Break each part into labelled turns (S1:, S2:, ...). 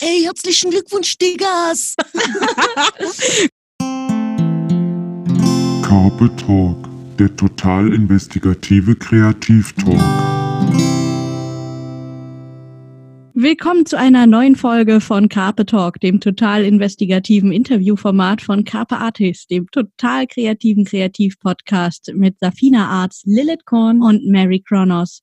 S1: Ey, herzlichen Glückwunsch, Diggas!
S2: Carpe Talk, der total investigative Kreativtalk.
S3: Willkommen zu einer neuen Folge von Carpe Talk, dem total investigativen Interviewformat von Carpe Artist, dem total kreativen Kreativpodcast mit Safina Arz, Lilith Korn und Mary Kronos.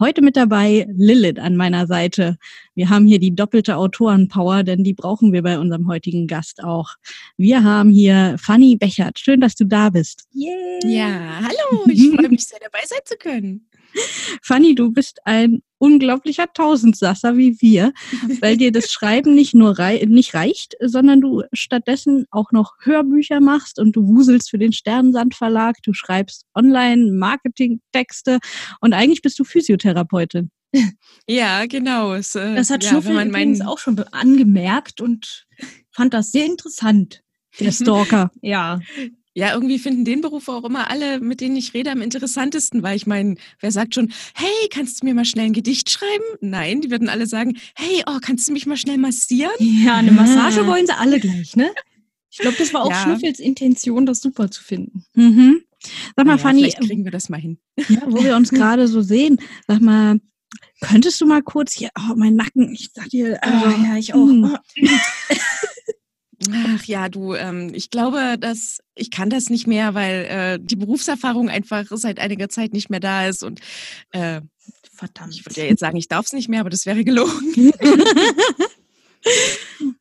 S3: Heute mit dabei Lilith an meiner Seite. Wir haben hier die doppelte Autorenpower, denn die brauchen wir bei unserem heutigen Gast auch. Wir haben hier Fanny Bechert. Schön, dass du da bist.
S4: Yay. Ja, hallo, ich freue mich sehr dabei sein zu können.
S3: Fanny, du bist ein unglaublicher Tausendsasser wie wir, weil dir das Schreiben nicht nur rei nicht reicht, sondern du stattdessen auch noch Hörbücher machst und du wuselst für den Sternensand Verlag, du schreibst Online-Marketing-Texte und eigentlich bist du Physiotherapeutin.
S4: Ja, genau. Es, äh,
S5: Das hat
S4: ja,
S5: Schnuffel
S4: wenn man
S5: übrigens
S4: meinen-
S5: auch schon be- angemerkt und fand das sehr interessant.
S3: Der Stalker.
S5: Ja,
S4: Ja, irgendwie finden den Beruf auch immer alle, mit denen ich rede, am interessantesten, weil ich meine, wer sagt schon, hey, kannst du mir mal schnell ein Gedicht schreiben? Nein, die würden alle sagen, hey, oh, kannst du mich mal schnell massieren?
S5: ja eine
S3: Ah.
S5: Massage wollen sie alle gleich, ne? Ich glaube, das war auch
S4: Ja.
S5: Schnüffels Intention, das super zu finden.
S3: Mhm. Sag mal,
S4: Naja,
S3: Fanny, ähm,
S4: vielleicht kriegen wir das mal hin.
S3: ja, wo wir uns gerade so sehen, sag mal, könntest du mal kurz hier, oh, mein Nacken, ich sag dir, also,
S5: Oh, ja, ich
S3: Mhm.
S4: Ach ja, du, ähm, ich glaube, dass ich kann das nicht mehr, weil äh, die Berufserfahrung einfach seit einiger Zeit nicht mehr da ist. Und äh,
S5: Verdammt.
S4: ich würde ja jetzt sagen, ich darf es nicht mehr, aber das wäre gelogen.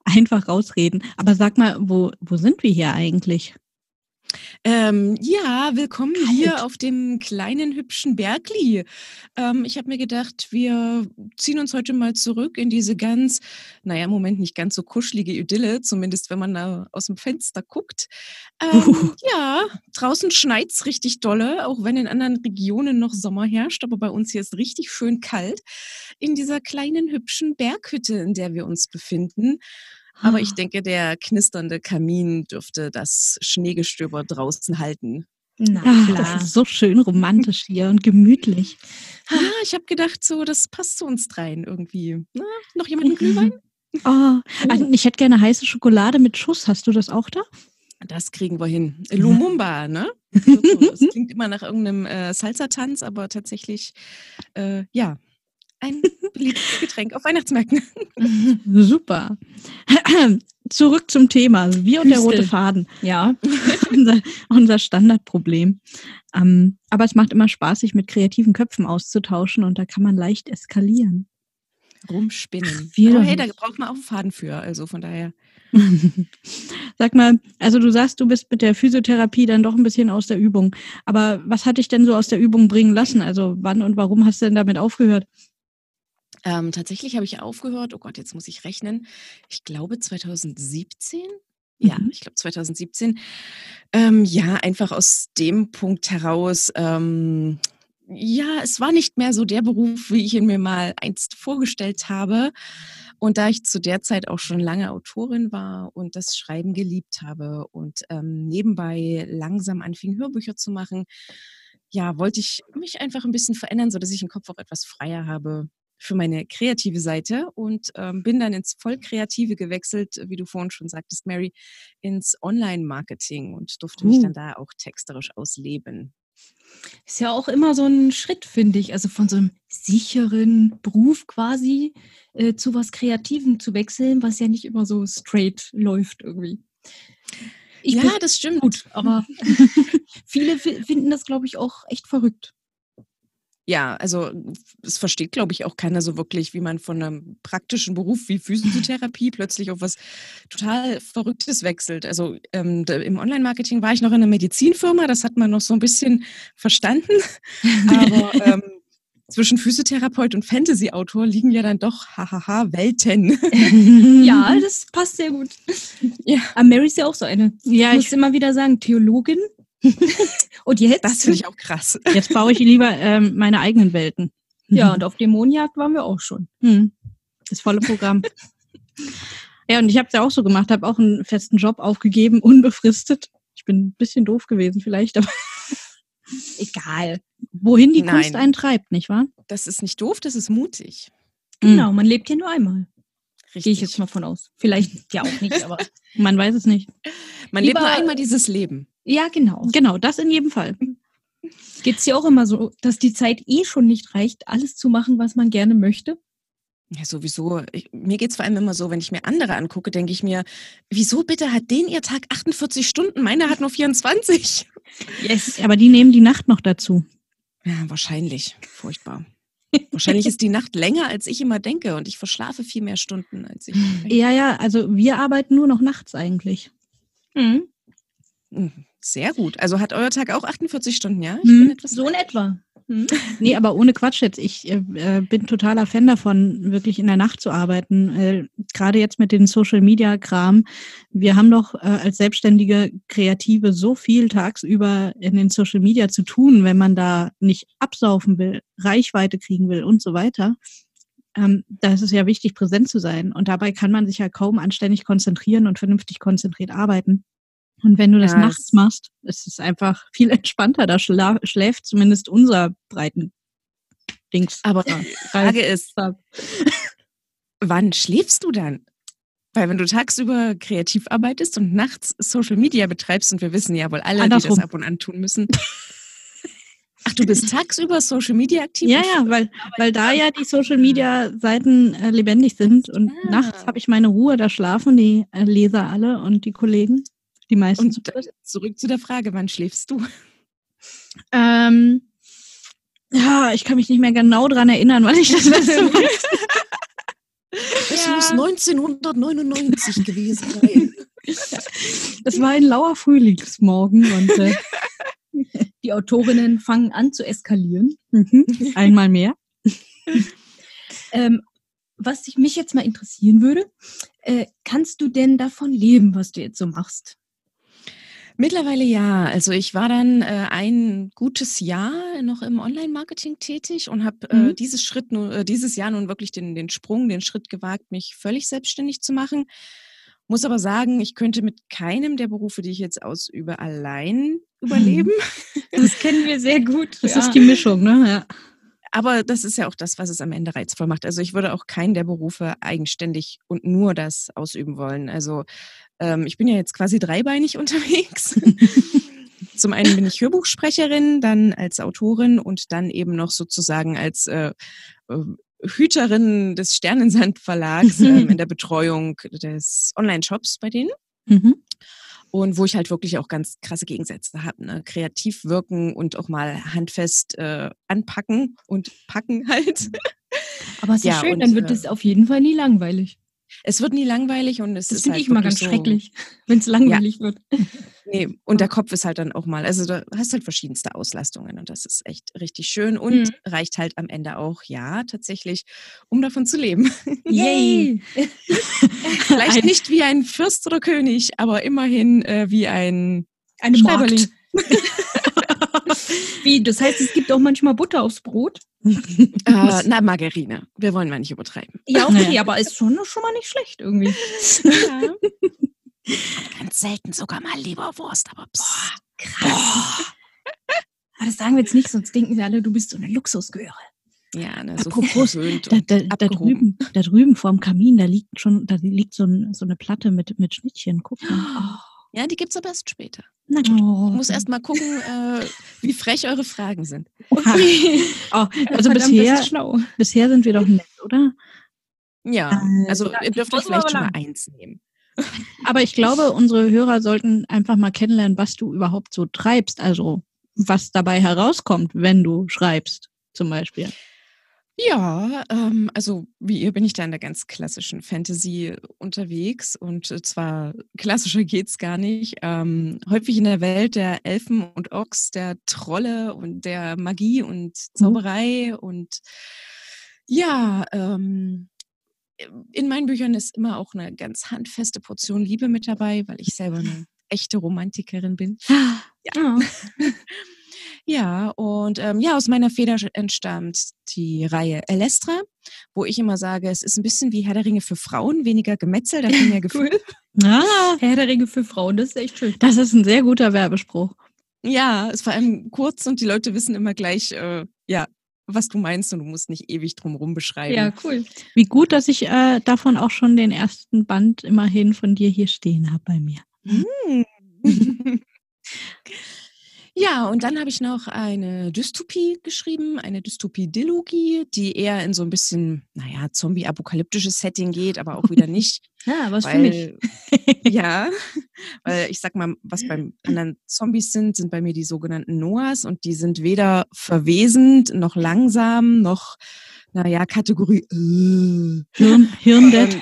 S3: einfach rausreden. Aber sag mal, wo, wo sind wir hier eigentlich?
S4: Ähm, ja, willkommen
S3: Kalt.
S4: hier auf dem kleinen hübschen Bergli. Ähm, ich habe mir gedacht, wir ziehen uns heute mal zurück in diese ganz, naja, im Moment nicht ganz so kuschelige Idylle, zumindest wenn man da aus dem Fenster guckt. Ähm,
S3: Uhu.
S4: Ja, draußen schneit's richtig dolle, auch wenn in anderen Regionen noch Sommer herrscht, aber bei uns hier ist richtig schön kalt in dieser kleinen hübschen Berghütte, in der wir uns befinden. Aber ich denke, der knisternde Kamin dürfte das Schneegestöber draußen halten.
S5: Na
S3: Ach,
S5: Ah, klar.
S3: das ist so schön romantisch hier und gemütlich.
S4: Ja, ich habe gedacht, so, das passt zu uns dreien irgendwie. Na, noch jemanden Glühwein?
S3: Oh, also ich hätte gerne heiße Schokolade mit Schuss. Hast du das auch da?
S4: Das kriegen wir hin. Lumumba, ne? So, Das klingt immer nach irgendeinem äh, Salsa-Tanz, aber tatsächlich, äh, ja, ein beliebtes Getränk auf Weihnachtsmärkten.
S3: Super. Zurück zum Thema. Also Wir und der
S5: Hüstel.
S3: rote Faden.
S5: Ja,
S3: Unser, unser Standardproblem. Ähm, aber es macht immer Spaß, sich mit kreativen Köpfen auszutauschen und da kann man leicht eskalieren.
S4: Rumspinnen.
S3: wir
S4: aber
S3: doch
S4: hey, da
S3: nicht.
S4: braucht man auch einen Faden für. Also von daher.
S3: Sag mal, also du sagst, du bist mit der Physiotherapie dann doch ein bisschen aus der Übung. Aber was hat dich denn so aus der Übung bringen lassen? Also wann und warum hast du denn damit aufgehört?
S4: Ähm, tatsächlich habe ich aufgehört, oh Gott, jetzt muss ich rechnen, ich glaube 2017. Ja,
S3: Mhm.
S4: ich glaube 2017. Ähm, ja, einfach aus dem Punkt heraus, ähm, ja, es war nicht mehr so der Beruf, wie ich ihn mir mal einst vorgestellt habe. Und da ich zu der Zeit auch schon lange Autorin war und das Schreiben geliebt habe und ähm, nebenbei langsam anfing, Hörbücher zu machen, ja, wollte ich mich einfach ein bisschen verändern, sodass ich den Kopf auch etwas freier habe, für meine kreative Seite und ähm, bin dann ins Vollkreative gewechselt, wie du vorhin schon sagtest, Mary, ins Online-Marketing und durfte mich
S5: Oh.
S3: Uh.
S4: dann da auch texterisch ausleben.
S5: ist ja auch immer so ein Schritt, finde ich. Also von so einem sicheren Beruf quasi äh, zu was Kreativem zu wechseln, was ja nicht immer so straight läuft irgendwie. Ich bin-
S4: ja, das stimmt.
S5: gut, aber viele fi- finden das, glaube ich, auch echt verrückt.
S4: Ja, also es versteht, glaube ich, auch keiner so wirklich, wie man von einem praktischen Beruf wie Physiotherapie plötzlich auf was total Verrücktes wechselt. Also ähm, da, im Online-Marketing war ich noch in einer Medizinfirma, das hat man noch so ein bisschen verstanden. Aber ähm, zwischen Physiotherapeut und Fantasy-Autor liegen ja dann doch, hahaha, Welten.
S5: Ja, das passt sehr gut.
S4: Ja.
S5: Aber Mary ist ja auch so eine.
S3: Ja,
S5: Ich
S3: ich,
S5: muss immer wieder sagen, Theologin. Und jetzt?
S4: Das finde ich auch krass.
S3: jetzt baue ich lieber ähm, meine eigenen Welten.
S5: ja, und auf Dämonenjagd waren wir auch schon.
S3: Hm. Das volle Programm. ja, und ich habe es ja auch so gemacht, habe auch einen festen Job aufgegeben, unbefristet. Ich bin ein bisschen doof gewesen vielleicht, aber
S5: Egal.
S3: wohin die
S4: Nein.
S3: Kunst einen treibt, nicht wahr?
S4: Das ist nicht doof, das ist mutig.
S5: Genau, man lebt ja nur einmal.
S4: Mhm. Richtig.
S5: Gehe ich jetzt mal von aus. Vielleicht ja auch nicht, aber
S3: Man weiß es nicht.
S4: Man lebt nur
S5: Lieber-
S4: einmal dieses Leben.
S5: ja, genau.
S3: Genau, das in jedem Fall.
S5: Geht's dir auch immer so, dass die Zeit eh schon nicht reicht, alles zu machen, was man gerne möchte?
S4: Ja, sowieso. Ich, mir geht's vor allem immer so, wenn ich mir andere angucke, denke ich mir, wieso bitte hat den ihr Tag 48 Stunden, meiner hat nur 24?
S5: Yes.
S3: Aber die nehmen die Nacht noch dazu.
S4: Ja, wahrscheinlich. Furchtbar. Wahrscheinlich ist die Nacht länger, als ich immer denke und ich verschlafe viel mehr Stunden, als ich denke.
S3: Ja, ja, also wir arbeiten nur noch nachts eigentlich.
S5: Mhm.
S4: Mhm. Sehr gut. Also hat euer Tag auch 48 Stunden, ja? Ich
S3: Mhm.
S4: bin etwas
S5: So in etwa. Mhm.
S3: Nee, aber ohne Quatsch jetzt. Ich äh, äh, bin totaler Fan davon, wirklich in der Nacht zu arbeiten. Äh, Gerade jetzt mit den Social-Media-Kram. Wir haben doch äh, als selbstständige Kreative so viel tagsüber in den Social-Media zu tun, wenn man da nicht absaufen will, Reichweite kriegen will und so weiter. Ähm, da ist es ja wichtig, präsent zu sein. Und dabei kann man sich ja kaum anständig konzentrieren und vernünftig konzentriert arbeiten. Und wenn du das
S4: Ja,
S3: nachts
S4: es-
S3: machst, ist es einfach viel entspannter. Da schla schläft zumindest unser breiten Dings.
S4: Aber
S3: Ja.
S4: die
S3: also
S4: Frage ist, wann schläfst du dann? Weil wenn du tagsüber kreativ arbeitest und nachts Social Media betreibst, und wir wissen ja wohl alle, die das
S3: Andersrum.
S4: ab und an tun müssen. Ach, du bist tagsüber Social Media aktiv?
S3: Ja, ja, weil, weil da ja die Social-Media-Seiten äh, lebendig sind und
S4: Ah.
S3: nachts habe ich meine Ruhe, da schlafen die äh, Leser alle und die Kollegen, die meisten.
S4: Und
S3: zumindest.
S4: zurück zu der Frage, wann schläfst du?
S3: Ähm, ja, ich kann mich nicht mehr genau dran erinnern, wann ich das letzte Mal.
S4: Es
S5: Ja.
S4: muss 1999 gewesen sein.
S3: Es war ein lauer Frühlingsmorgen und äh,
S5: Die Autorinnen fangen an zu eskalieren.
S3: mhm, einmal mehr.
S5: Ähm, was ich mich jetzt mal interessieren würde, äh, kannst du denn davon leben, was du jetzt so machst?
S4: Mittlerweile ja. Also ich war dann äh, ein gutes Jahr noch im Online-Marketing tätig und habe äh,
S3: Mhm.
S4: dieses Schritt nun, äh, dieses Jahr nun wirklich den, den Sprung, den Schritt gewagt, mich völlig selbstständig zu machen. Muss aber sagen, ich könnte mit keinem der Berufe, die ich jetzt ausübe, allein überleben.
S5: Das kennen wir sehr gut.
S3: Das ist die Mischung, ne? Ja.
S4: Aber das ist ja auch das, was es am Ende reizvoll macht. Also ich würde auch keinen der Berufe eigenständig und nur das ausüben wollen. Also ähm, ich bin ja jetzt quasi dreibeinig unterwegs. Zum einen bin ich Hörbuchsprecherin, dann als Autorin und dann eben noch sozusagen als äh, äh, Hüterin des Sternensand Verlags ähm, in der Betreuung des Online-Shops bei denen.
S3: Mhm.
S4: Und wo ich halt wirklich auch ganz krasse Gegensätze habe. Ne? Kreativ wirken und auch mal handfest äh, anpacken und packen halt.
S5: Mhm. Aber es ist
S4: Ja,
S5: ja schön,
S4: und,
S5: dann wird
S4: äh,
S5: es auf jeden Fall nie langweilig.
S4: Es wird nie langweilig und es
S5: Das
S4: ist
S5: finde
S4: halt
S5: ich mal
S4: wirklich
S5: ganz
S4: so,
S5: schrecklich, wenn es langweilig wird.
S4: Nee, und der Kopf ist halt dann auch mal, also du hast halt verschiedenste Auslastungen und das ist echt richtig schön und
S5: Mhm.
S4: reicht halt am Ende auch, ja, tatsächlich, um davon zu leben.
S5: Yay!
S4: Vielleicht nicht wie ein Fürst oder König, aber immerhin äh, wie ein
S5: Eine
S4: Schreiberling.
S5: Markt. Wie, das heißt, es gibt auch manchmal Butter aufs Brot?
S4: Äh, na, Margarine. Wir wollen mal nicht übertreiben.
S5: Ja,
S3: okay,
S5: aber ist schon, schon mal nicht schlecht irgendwie.
S4: Ganz selten sogar mal Leberwurst, aber psst.
S5: Aber Ah, das sagen wir jetzt nicht, sonst denken wir alle, du bist so eine Luxusgöre.
S4: Ja, ne, so
S3: Apropos,
S4: verwöhnt
S3: Da,
S4: und
S3: da, da,
S4: abgehoben.
S3: drüben, da drüben vorm Kamin, da liegt schon, da liegt so, ein, so eine Platte mit, mit Schnittchen. Guck mal.
S4: Ja, die gibt's aber erst später.
S3: Na gut.
S5: Oh.
S4: Ich muss erst mal gucken, äh, wie frech eure Fragen sind.
S5: Okay.
S3: Oh, also
S5: Verdammt,
S3: bisher,
S5: das ist schlau.
S3: bisher sind wir doch nett, oder?
S4: Ja,
S3: Äh,
S4: also ihr dürft euch
S5: muss man
S4: vielleicht schon
S5: aber
S4: mal eins nehmen.
S3: Aber ich glaube, unsere Hörer sollten einfach mal kennenlernen, was du überhaupt so treibst. Also, was dabei herauskommt, wenn du schreibst, zum Beispiel.
S4: Ja, ähm, also wie ihr bin ich da in der ganz klassischen Fantasy unterwegs und äh, zwar klassischer geht's gar nicht. Ähm, häufig in der Welt der Elfen und Orks, der Trolle und der Magie und Zauberei und ja, ähm, in meinen Büchern ist immer auch eine ganz handfeste Portion Liebe mit dabei, weil ich selber eine echte Romantikerin bin.
S5: Ja.
S4: Ja, und ähm, ja, aus meiner Feder sch- entstammt die Reihe Elestra, wo ich immer sage, es ist ein bisschen wie Herr der Ringe für Frauen, weniger Gemetzel, dafür mehr Gefühl.
S3: Ah,
S5: Herr der Ringe für Frauen, das ist echt schön.
S3: das ist ein sehr guter Werbespruch.
S4: Ja, ist vor allem kurz und die Leute wissen immer gleich, äh, ja, was du meinst und du musst nicht ewig drumherum beschreiben.
S5: Ja, cool.
S3: Wie gut, dass ich äh, davon auch schon den ersten Band immerhin von dir hier stehen habe bei mir.
S4: Ja, und dann habe ich noch eine Dystopie geschrieben, eine Dystopie-Dilogie, die eher in so ein bisschen, naja, zombie-apokalyptisches Setting geht, aber auch wieder nicht.
S5: Ja, was für mich.
S4: weil, ja, weil ich sag mal, was beim anderen Zombies sind, sind bei mir die sogenannten Noahs und die sind weder verwesend, noch langsam, noch, naja, Kategorie. Äh,
S3: Hirn, Hirndead.
S4: ähm,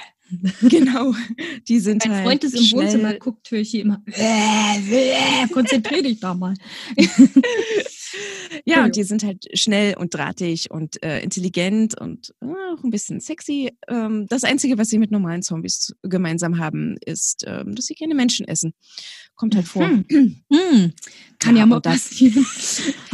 S4: genau, die sind
S5: Mein
S4: halt
S5: Freund ist im
S4: schnell,
S5: Wohnzimmer, guckt Türchen immer. Konzentrier dich da mal.
S4: Ja,
S5: Genau.
S4: und die sind halt schnell und drahtig und äh, intelligent und äh, auch ein bisschen sexy. Ähm, das Einzige, was sie mit normalen Zombies zu- gemeinsam haben, ist, ähm, dass sie gerne Menschen essen. Kommt halt vor.
S5: Hm.
S3: Hm.
S5: Kann ja,
S4: Ja,
S5: mal
S4: und das-
S5: passieren.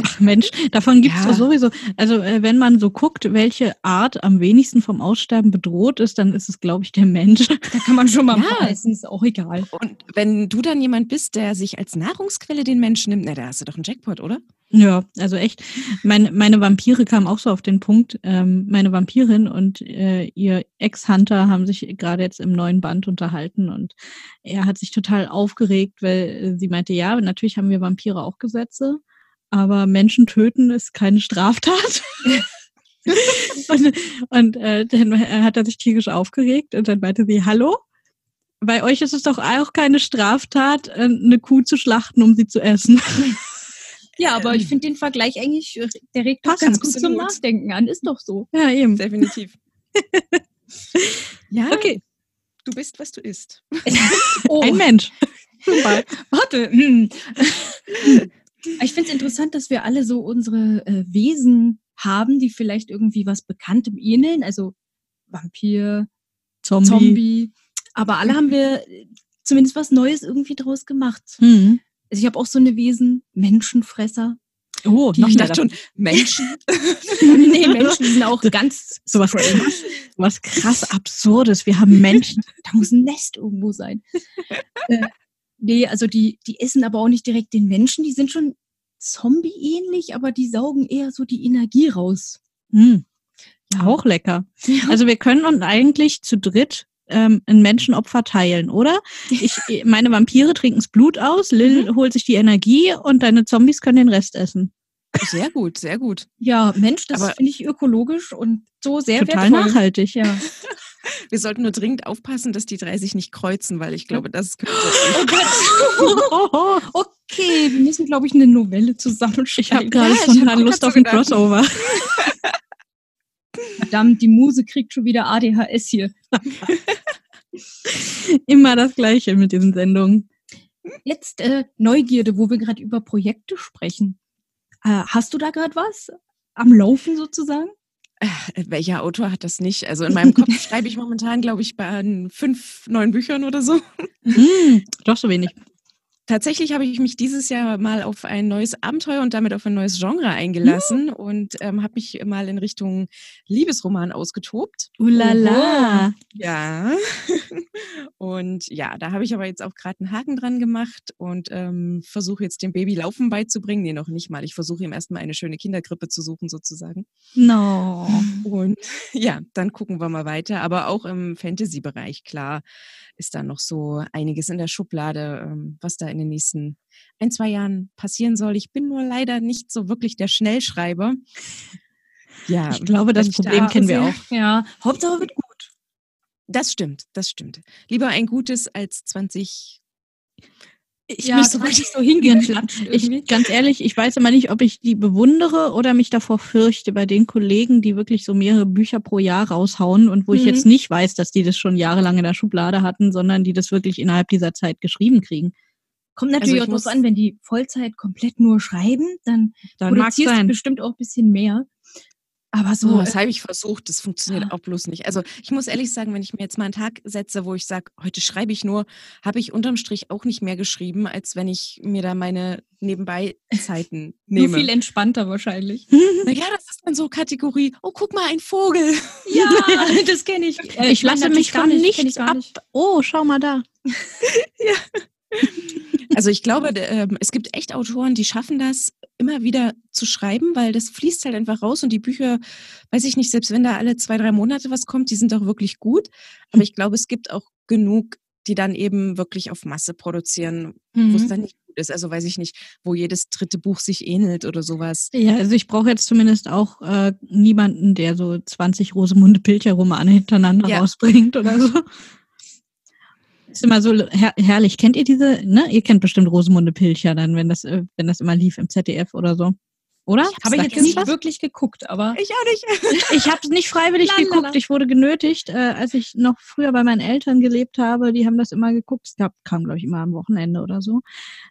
S3: Ach Mensch, davon gibt es
S4: Ja.
S3: doch sowieso. Also äh, wenn man so guckt, welche Art am wenigsten vom Aussterben bedroht ist, dann ist es, glaube ich, der Mensch.
S5: Da kann man schon mal
S4: Ja.
S5: ja. essen, ist auch egal.
S4: Und wenn du dann jemand bist, der sich als Nahrungsquelle den Menschen nimmt, na, da hast du doch einen Jackpot, oder?
S3: Ja, also echt. Meine, meine Vampire kamen auch so auf den Punkt. Ähm, meine Vampirin und äh, ihr Ex-Hunter haben sich gerade jetzt im neuen Band unterhalten und er hat sich total aufgeregt, weil äh, sie meinte, ja, natürlich haben wir Vampire auch Gesetze, aber Menschen töten ist keine Straftat. und und äh, dann hat er sich tierisch aufgeregt und dann meinte sie, hallo? Bei euch ist es doch auch keine Straftat, äh, eine Kuh zu schlachten, um sie zu essen.
S5: Ja, aber
S4: Ähm.
S5: ich finde den Vergleich eigentlich, äh, der regt doch
S4: Passt
S5: ganz gut zum
S4: absolut.
S5: Nachdenken an. Ist doch so.
S3: Ja, eben.
S4: Definitiv. ja,
S3: Okay,
S4: du bist, was du isst.
S5: Oh,
S3: ein Mensch. Super.
S5: warte. hm. Ich finde es interessant, dass wir alle so unsere äh, Wesen haben, die vielleicht irgendwie was Bekanntem ähneln. Also Vampir,
S3: Zombie.
S5: Zombie. Aber alle haben wir äh, zumindest was Neues irgendwie draus gemacht.
S3: Hm.
S5: Also ich habe auch so eine Wesen, Menschenfresser.
S3: Oh,
S5: Die-
S3: noch
S4: Ich
S3: mehr
S4: dachte schon, Menschen.
S5: nee, Menschen sind auch ganz
S3: sowas krass, was krass absurdes. Wir haben Menschen.
S5: da muss ein Nest irgendwo sein. äh, nee, also die, die essen aber auch nicht direkt den Menschen, die sind schon zombie-ähnlich, aber die saugen eher so die Energie raus.
S3: Hm. Auch lecker. Also wir können uns eigentlich zu dritt ähm, ein Menschenopfer teilen, oder? Ich, meine Vampire trinken das Blut aus, Lil
S4: Mhm.
S3: holt sich die Energie und deine Zombies können den Rest essen.
S4: Sehr gut, sehr gut.
S5: Ja, Mensch, das
S4: Aber-
S5: finde ich ökologisch und so sehr
S3: Total
S5: wertvoll.
S3: nachhaltig.
S5: Ja.
S4: Wir sollten nur dringend aufpassen, dass die drei sich nicht kreuzen, weil ich glaube, das könnte.
S5: Okay, wir müssen, glaube ich, eine Novelle
S3: Ich habe
S5: zusammenschreiben.
S3: gerade
S4: ich hab
S3: spontan
S4: grad
S3: Lust
S4: so
S3: auf ein
S4: gedacht.
S3: Crossover.
S5: Verdammt, die Muse kriegt schon wieder ADHS hier.
S3: Immer das Gleiche mit diesen Sendungen.
S5: Jetzt äh, Neugierde, wo wir gerade über Projekte sprechen. Äh, hast du da gerade was am Laufen sozusagen?
S4: Äh, Welcher Autor hat das nicht? Also in meinem Kopf schreibe ich momentan, glaube ich, bei an fünf, neun Büchern oder so.
S3: Hm, doch so wenig.
S4: Tatsächlich habe ich mich dieses Jahr mal auf ein neues Abenteuer und damit auf ein neues Genre eingelassen und ähm, habe mich mal in Richtung Liebesroman ausgetobt.
S3: Ulala.
S4: Ja. Und ja, da habe ich aber jetzt auch gerade einen Haken dran gemacht und ähm, versuche jetzt dem Baby Laufen beizubringen. Nee, noch nicht mal. Ich versuche ihm erstmal eine schöne Kinderkrippe zu suchen sozusagen.
S3: No.
S4: Und ja, dann gucken wir mal weiter. Aber auch im Fantasy-Bereich, klar, ist da noch so einiges in der Schublade, ähm, was da in den nächsten ein, zwei Jahren passieren soll. Ich bin nur leider nicht so wirklich der Schnellschreiber. Ja,
S3: Ich glaube, das
S4: wenn ich da
S3: Problem kennen wir auch.
S5: Ja, Hauptsache wird gut.
S4: Das stimmt, das stimmt. Lieber ein gutes als 20.
S3: Ich,
S5: ja,
S3: mich
S5: so
S3: so
S5: richtig so
S3: hingeklatscht
S5: hingeklatscht
S3: ich, ganz ehrlich, ich weiß immer nicht, ob ich die bewundere oder mich davor fürchte bei den Kollegen, die wirklich so mehrere Bücher pro Jahr raushauen und wo ich
S5: Mhm.
S3: jetzt nicht weiß, dass die das schon jahrelang in der Schublade hatten, sondern die das wirklich innerhalb dieser Zeit geschrieben kriegen.
S5: Kommt
S4: Also
S5: natürlich
S4: ich
S5: auch
S4: muss-
S5: drauf an, wenn die Vollzeit komplett nur schreiben, dann,
S3: Dann mag
S5: produzierst du
S3: sein.
S5: bestimmt auch ein bisschen mehr. Aber so,
S4: So,
S5: äh,
S4: das habe ich versucht. Das funktioniert auch bloß nicht. Also ich muss ehrlich sagen, wenn ich mir jetzt mal einen Tag setze, wo ich sage, heute schreibe ich nur, habe ich unterm Strich auch nicht mehr geschrieben, als wenn ich mir da meine Nebenbei-Zeiten
S5: nur
S4: nehme.
S5: viel entspannter wahrscheinlich.
S4: Naja, das ist dann so Kategorie, oh, guck mal, ein Vogel.
S5: Ja, das kenne ich. Äh,
S3: ich lasse
S5: nein,
S3: mich
S5: natürlich gar
S3: von
S5: kenn ich
S3: nichts
S5: gar
S3: ab. Oh, schau mal da.
S4: Also ich glaube, d- ähm, es gibt echt Autoren, die schaffen das, immer wieder zu schreiben, weil das fließt halt einfach raus und die Bücher, weiß ich nicht, selbst wenn da alle zwei, drei Monate was kommt, die sind doch wirklich gut. Aber ich glaube, es gibt auch genug, die dann eben wirklich auf Masse produzieren, wo es
S5: Mhm.
S4: dann nicht gut ist. Also weiß ich nicht, wo jedes dritte Buch sich ähnelt oder sowas.
S3: Ja, also ich brauche jetzt zumindest auch äh, niemanden, der so 20 Rosemunde Pilcher-Romane hintereinander
S4: Ja.
S3: rausbringt oder so. Ist immer so her herrlich. Kennt ihr diese, ne? Ihr kennt bestimmt Rosemunde Pilcher dann, wenn das, äh, wenn das immer lief im ZDF oder so. Oder?
S4: Ich hab's
S5: Habe ich
S4: Sag
S5: jetzt
S4: jetzt
S5: nicht
S4: was?
S5: wirklich geguckt, aber
S4: Ich auch nicht.
S3: Ich habe es nicht freiwillig
S5: La, la,
S3: geguckt.
S5: la.
S3: Ich wurde genötigt, äh, als ich noch früher bei meinen Eltern gelebt habe. Die haben das immer geguckt. Es gab, kam, glaube ich, immer am Wochenende oder so,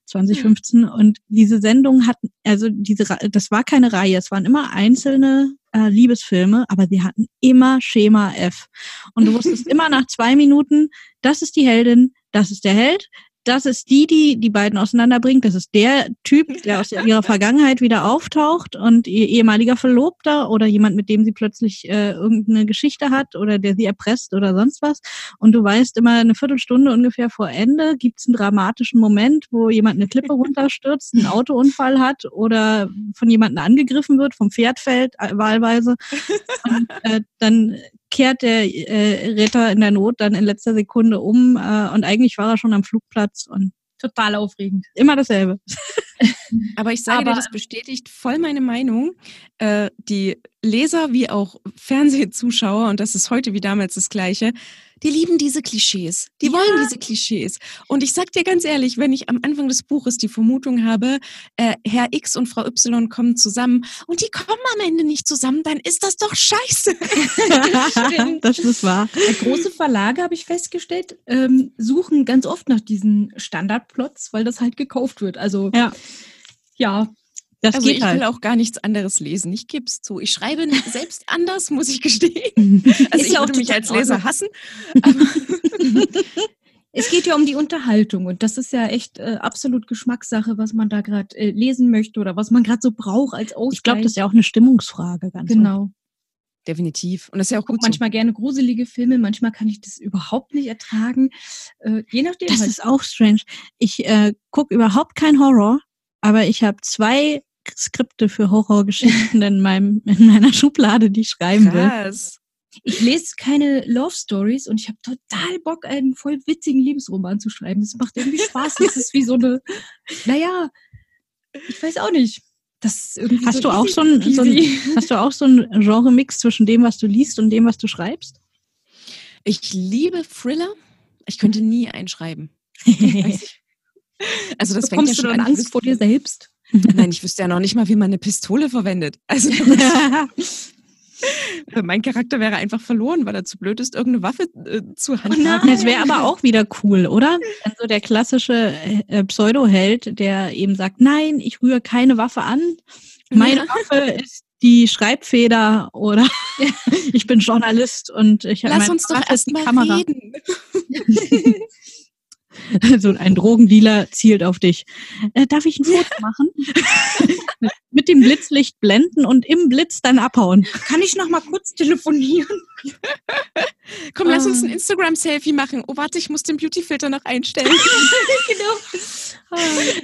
S3: 2015. Und diese Sendung hatten, also diese, Ra- das war keine Reihe. Es waren immer einzelne äh, Liebesfilme, aber die hatten immer Schema F. Und du wusstest immer nach zwei Minuten, das ist die Heldin, das ist der Held. Das ist die, die die beiden auseinanderbringt. Das ist der Typ, der aus ihrer Vergangenheit wieder auftaucht und ihr ehemaliger Verlobter oder jemand, mit dem sie plötzlich äh, irgendeine Geschichte hat oder der sie erpresst oder sonst was. Und du weißt immer eine Viertelstunde ungefähr vor Ende gibt's einen dramatischen Moment, wo jemand eine Klippe runterstürzt, einen Autounfall hat oder von jemandem angegriffen wird, vom Pferd fällt, äh, wahlweise. Und äh, dann kehrt der äh, Retter in der Not dann in letzter Sekunde um äh, und eigentlich war er schon am Flugplatz und
S5: total aufregend.
S3: immer dasselbe.
S4: Aber ich sage
S5: Aber-
S4: dir, das bestätigt voll meine Meinung. Äh, die Leser wie auch Fernsehzuschauer, und das ist heute wie damals das Gleiche, die lieben diese Klischees. Die wollen diese Klischees. Und ich sag dir ganz ehrlich, wenn ich am Anfang des Buches die Vermutung habe, äh, Herr X und Frau Y kommen zusammen und die kommen am Ende nicht zusammen, dann ist das doch scheiße.
S5: stimmt.
S3: das ist wahr.
S5: Äh, Große Verlage, habe ich festgestellt, ähm, suchen ganz oft nach diesen Standardplots, weil das halt gekauft wird. Also
S3: Ja.
S5: ja,
S3: Das
S4: Also ich
S3: geht halt.
S4: will auch gar nichts anderes lesen. Ich gebe es zu. Ich schreibe selbst anders, muss ich gestehen. Also
S5: Ist
S4: ich
S5: ja auch
S4: würde mich
S5: total
S4: als
S5: in Ordnung.
S4: Leser hassen.
S5: es geht ja um die Unterhaltung und das ist ja echt äh, absolut Geschmackssache, was man da gerade äh, lesen möchte oder was man gerade so braucht als Ausgleich.
S3: Ich glaube, das ist ja auch eine Stimmungsfrage ganz oft.
S5: genau.
S4: Definitiv. Und das ist ja auch
S5: gucke
S4: gut so.
S5: manchmal gerne gruselige Filme, manchmal kann ich das überhaupt nicht ertragen. Äh, je nachdem.
S3: Das
S5: halt.
S3: ist auch strange. Ich äh, gucke überhaupt kein Horror, aber ich habe zwei Skripte für Horrorgeschichten in, meinem, in meiner Schublade, die ich schreiben will.
S4: Krass.
S5: ich lese keine Love Stories und ich habe total Bock, einen voll witzigen Liebesroman zu schreiben. Das macht irgendwie Spaß. Das ist wie so eine, naja, ich weiß auch nicht. Das ist irgendwie
S3: Hast
S5: so
S3: du auch
S5: easy
S3: so ein- so ein-
S5: peasy.
S3: Hast du auch so einen Genre-Mix zwischen dem, was du liest und dem, was du schreibst?
S4: Ich liebe Thriller. Ich
S5: Mhm.
S4: könnte nie einschreiben. Weiß ich. Also das fängt ja
S5: Bekommst du
S4: schon
S5: dann
S4: an. ich
S5: Angst
S4: wüsste-
S5: vor dir selbst?
S4: Nein, ich wüsste ja noch nicht mal, wie man eine Pistole verwendet. Also mein Charakter wäre einfach verloren, weil er zu blöd ist, irgendeine Waffe äh,
S5: Oh
S4: zu handhaben.
S3: Das wäre aber auch wieder cool, oder? Wenn so der klassische äh, Pseudo-Held, der eben sagt, nein, ich rühre keine Waffe an. Meine Waffe ist die Schreibfeder oder ich bin Journalist und ich
S4: Lass
S3: meine
S4: uns doch
S3: Waffe ist die
S4: erstmal
S3: Kamera.
S4: reden.
S3: So ein Drogendealer zielt auf dich. Äh, darf ich ein Foto machen? Mit dem Blitzlicht blenden und im Blitz dann abhauen.
S5: Kann ich noch mal kurz telefonieren?
S4: Komm, lass uns ein
S5: Ah.
S4: Instagram-Selfie machen. Oh, warte, ich muss den Beauty-Filter noch einstellen.
S5: genau.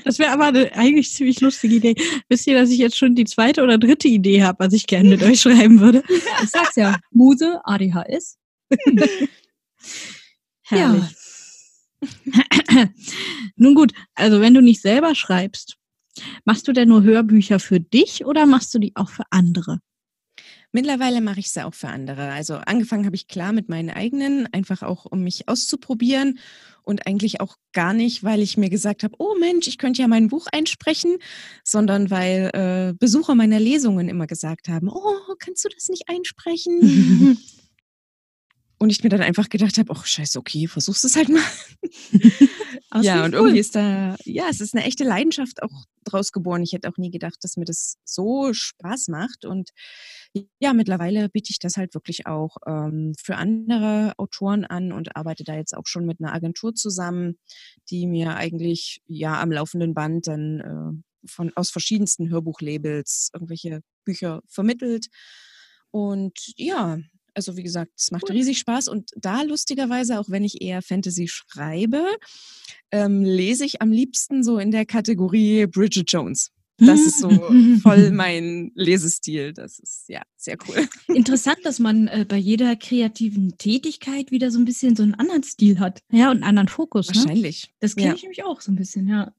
S3: Das wäre aber eine eigentlich ziemlich lustige Idee. Wisst ihr, dass ich jetzt schon die zweite oder dritte Idee habe, was ich gerne mit euch schreiben würde? Hm.
S5: Ich sag's ja. Muse, ADHS.
S3: Herrlich. Nun gut, also wenn du nicht selber schreibst, machst du denn nur Hörbücher für dich oder machst du die auch für andere?
S4: Mittlerweile mache ich es ja auch für andere. Also angefangen habe ich klar mit meinen eigenen, einfach auch um mich auszuprobieren und eigentlich auch gar nicht, weil ich mir gesagt habe, oh Mensch, ich könnte ja mein Buch einsprechen, sondern weil äh, Besucher meiner Lesungen immer gesagt haben, oh, kannst du das nicht einsprechen? und ich mir dann einfach gedacht habe, ach scheiße, okay, versuch's es halt mal.
S5: Aber es
S4: ja, und
S5: klingt
S4: irgendwie ist da, ja, es ist eine echte Leidenschaft auch draus geboren. Ich hätte auch nie gedacht, dass mir das so Spaß macht. Und ja, mittlerweile biete ich das halt wirklich auch ähm, für andere Autoren an und arbeite da jetzt auch schon mit einer Agentur zusammen, die mir eigentlich ja am laufenden Band dann äh, von aus verschiedensten Hörbuchlabels irgendwelche Bücher vermittelt. Und ja, also wie gesagt, es macht riesig Spaß und da lustigerweise, auch wenn ich eher Fantasy schreibe, ähm, lese ich am liebsten so in der Kategorie Bridget Jones. Das ist so voll mein Lesestil. Das ist ja sehr cool.
S5: Interessant, dass man äh, bei jeder kreativen Tätigkeit wieder so ein bisschen so einen anderen Stil hat.
S3: Ja, und einen anderen Fokus. Ne?
S4: Wahrscheinlich.
S5: Das kenne
S4: Ja.
S5: ich nämlich auch so ein bisschen, ja.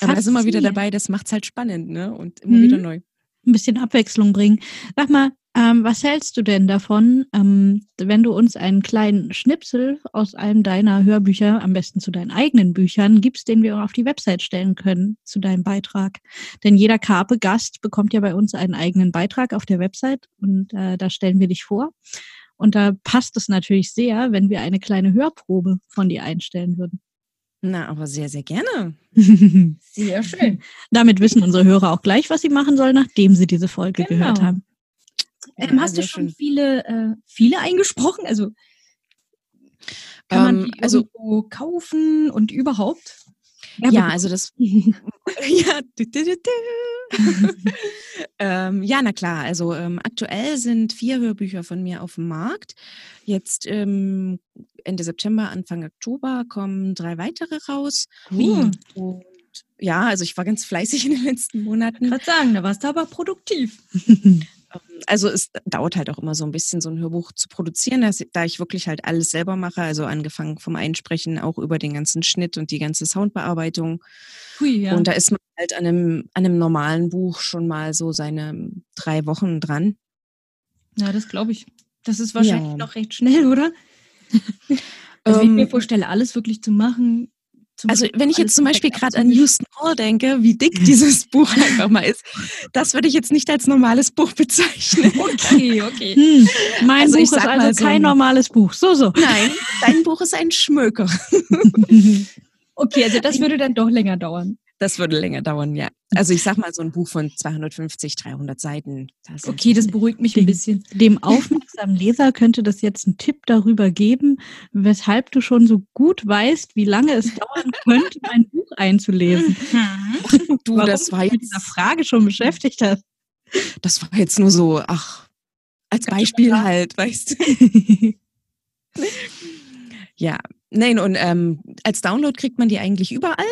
S4: Aber da sind wir wieder
S3: Faszinierend.
S4: dabei, das macht's halt spannend, ne? Und immer
S3: Mhm.
S4: wieder neu.
S3: ein bisschen Abwechslung bringen. Sag mal, ähm, was hältst du denn davon, ähm, wenn du uns einen kleinen Schnipsel aus einem deiner Hörbücher, am besten zu deinen eigenen Büchern, gibst, den wir auf die Website stellen können zu deinem Beitrag? Denn jeder Karpe-Gast bekommt ja bei uns einen eigenen Beitrag auf der Website und äh, da stellen wir dich vor. Und da passt es natürlich sehr, wenn wir eine kleine Hörprobe von dir einstellen würden.
S4: Na, aber sehr, sehr gerne.
S5: Sehr schön.
S3: Damit wissen unsere Hörer auch gleich, was sie machen sollen, nachdem sie diese Folge
S5: Genau.
S3: gehört haben.
S5: Ähm,
S4: Ja,
S5: hast du
S4: sehr
S5: schon
S4: schön.
S5: viele, äh, viele eingesprochen? Also kann
S4: Ähm,
S5: man die
S4: also-
S5: irgendwo kaufen und überhaupt?
S4: Ja, also das. ja, du, du, du, du. ähm, ja, na klar. Also ähm, aktuell sind vier Hörbücher von mir auf dem Markt. Jetzt ähm, Ende September, Anfang Oktober kommen drei weitere raus.
S5: Cool.
S4: Und ja, also ich war ganz fleißig in den letzten Monaten.
S5: Gerade sagen, da warst du aber produktiv.
S4: Also es dauert halt auch immer so ein bisschen, so ein Hörbuch zu produzieren, dass, da ich wirklich halt alles selber mache. Also angefangen vom Einsprechen, auch über den ganzen Schnitt und die ganze Soundbearbeitung.
S5: Hui, ja.
S4: Und da ist man halt an einem, an einem normalen Buch schon mal so seine drei Wochen dran.
S5: ja, das glaube ich. Das ist wahrscheinlich
S4: Ja.
S5: noch recht schnell, oder? Also, wenn ich
S4: Ähm,
S5: mir vorstelle, alles wirklich zu machen. zum
S4: Also
S5: Schluss
S4: wenn ich
S5: alles Mhm.
S4: jetzt zum Beispiel
S5: perfekt
S4: gerade an
S5: abzumischen.
S4: Houston Hall denke, wie dick dieses Buch einfach mal ist, das würde ich jetzt nicht als normales Buch bezeichnen.
S5: Okay, okay.
S3: Hm, mein
S4: Also ich
S3: Buch ist
S4: sag mal
S3: also
S4: so
S3: kein
S4: ein-
S3: normales Buch. So, so.
S4: Nein, dein Buch ist ein Schmöker.
S5: Okay, also das würde dann doch länger dauern.
S4: Das würde länger dauern, ja. Also ich sag mal so ein Buch von 250, 300 Seiten. Das sind
S5: Okay, das beruhigt mich
S3: Ding.
S5: ein bisschen.
S3: Dem aufmerksamen Leser könnte das jetzt einen Tipp darüber geben, weshalb du schon so gut weißt, wie lange es dauern könnte, ein Buch einzulesen.
S4: du,
S3: Warum
S4: das war
S3: dich mit
S4: jetzt,
S3: dieser Frage schon beschäftigt hast.
S4: das war jetzt nur so, ach, als Beispiel halt, weißt du. Ja, nein, und ähm, als Download kriegt man die eigentlich überall.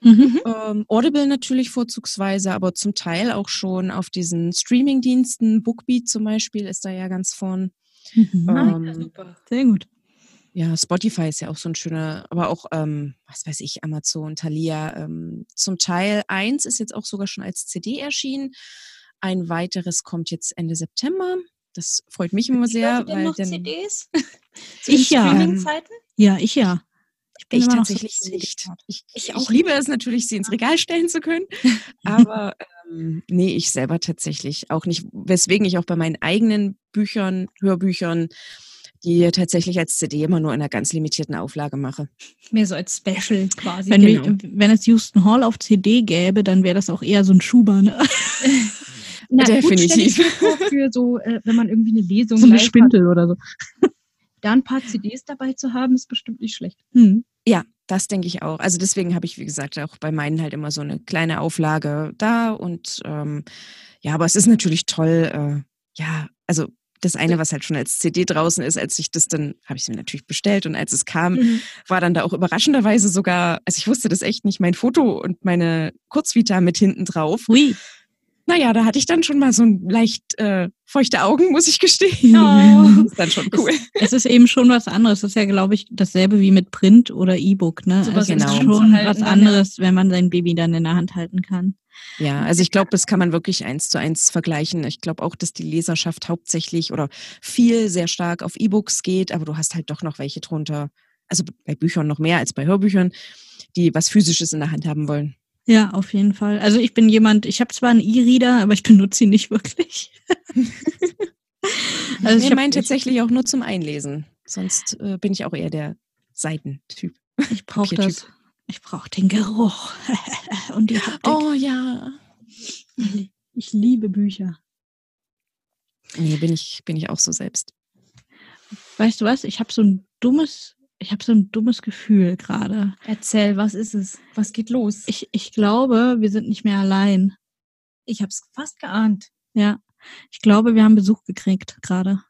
S3: Mhm.
S4: Ähm, Audible natürlich vorzugsweise, aber zum Teil auch schon auf diesen Streaming-Diensten. Bookbeat zum Beispiel ist da ja ganz vorn.
S3: Mhm.
S5: Ah, ja,
S4: Ähm,
S5: super.
S3: Sehr gut.
S4: Ja, Spotify ist ja auch so ein schöner, aber auch, ähm, was weiß ich, Amazon, Thalia. Ähm, zum Teil eins ist jetzt auch sogar schon als CD erschienen. Ein weiteres kommt jetzt Ende September. Das freut mich immer sehr,
S5: Leute denn
S4: weil
S5: noch
S4: dann
S5: CDs?
S3: Ich ja.
S5: Streaming-Zeiten?
S3: Ja, ich ja. bin
S4: ich
S3: immer noch so
S4: tatsächlich
S3: ein
S4: nicht.
S3: CD-Nerd.
S4: Ich,
S5: Ich
S4: ich,
S5: auch
S4: liebe es natürlich, sie ins Regal stellen zu können. Aber ähm, nee, ich selber tatsächlich auch nicht. Weswegen ich auch bei meinen eigenen Büchern, Hörbüchern, die tatsächlich als CD immer nur in einer ganz limitierten Auflage mache.
S5: Mehr so als Special quasi.
S3: Wenn,
S4: genau.
S3: wir- wenn es Houston Hall auf CD gäbe, dann wäre das auch eher so ein Schuber, ne?
S5: Na, Gut, stell ich
S4: Definitiv.
S5: mir vor, für so, äh, wenn man irgendwie eine Lesung
S3: so eine
S5: live hat,
S3: Spindel oder so.
S5: da ein paar CDs dabei zu haben, ist bestimmt nicht schlecht.
S3: Hm.
S4: Ja, das denke ich auch. Also deswegen habe ich, wie gesagt, auch bei meinen halt immer so eine kleine Auflage da. Und ähm, ja, aber es ist natürlich toll. Äh, ja, also das eine, was halt schon als CD draußen ist, als ich das dann, habe ich es mir natürlich bestellt und als es kam,
S5: Mhm.
S4: war dann da auch überraschenderweise sogar, also ich wusste das echt nicht, mein Foto und meine Kurzvita mit hinten drauf.
S3: Ui.
S4: Naja, da hatte ich dann schon mal so ein leicht äh, feuchte Augen, muss ich gestehen.
S5: Oh.
S4: Das ist dann schon cool.
S3: Es ist eben schon was anderes. Das ist ja, glaube ich, dasselbe wie mit Print oder E-Book. Ne?
S5: Sowas
S3: also es ist
S4: genau.
S3: schon
S5: zu halten
S3: was
S5: dann, ja.
S3: anderes, wenn man sein Baby dann in der Hand halten kann.
S4: Ja, also ich glaube, das kann man wirklich eins zu eins vergleichen. Ich glaube auch, dass die Leserschaft hauptsächlich oder viel sehr stark auf E-Books geht, aber du hast halt doch noch welche drunter. Also bei Büchern noch mehr als bei Hörbüchern, die was Physisches in der Hand haben wollen.
S3: Ja, auf jeden Fall. Also ich bin jemand, ich habe zwar einen E-Reader, aber ich benutze ihn nicht wirklich.
S4: Also ich
S3: hab-
S4: meine tatsächlich auch nur zum Einlesen. Sonst äh, bin ich auch eher der Seitentyp.
S3: ich brauche
S4: Papiertyp.
S3: das. Ich brauche den Geruch und die Haptik.
S4: Oh, ja.
S3: Ich liebe Bücher.
S4: Nee, bin ich, bin ich auch so selbst.
S3: Weißt du was? Ich habe so ein dummes, ich habe so ein dummes Gefühl gerade.
S5: Erzähl, was ist es? Was geht los? Ich,
S3: Ich, ich glaube, wir sind nicht mehr allein.
S5: ich habe es fast geahnt.
S3: Ja. Ich glaube, wir haben Besuch gekriegt gerade.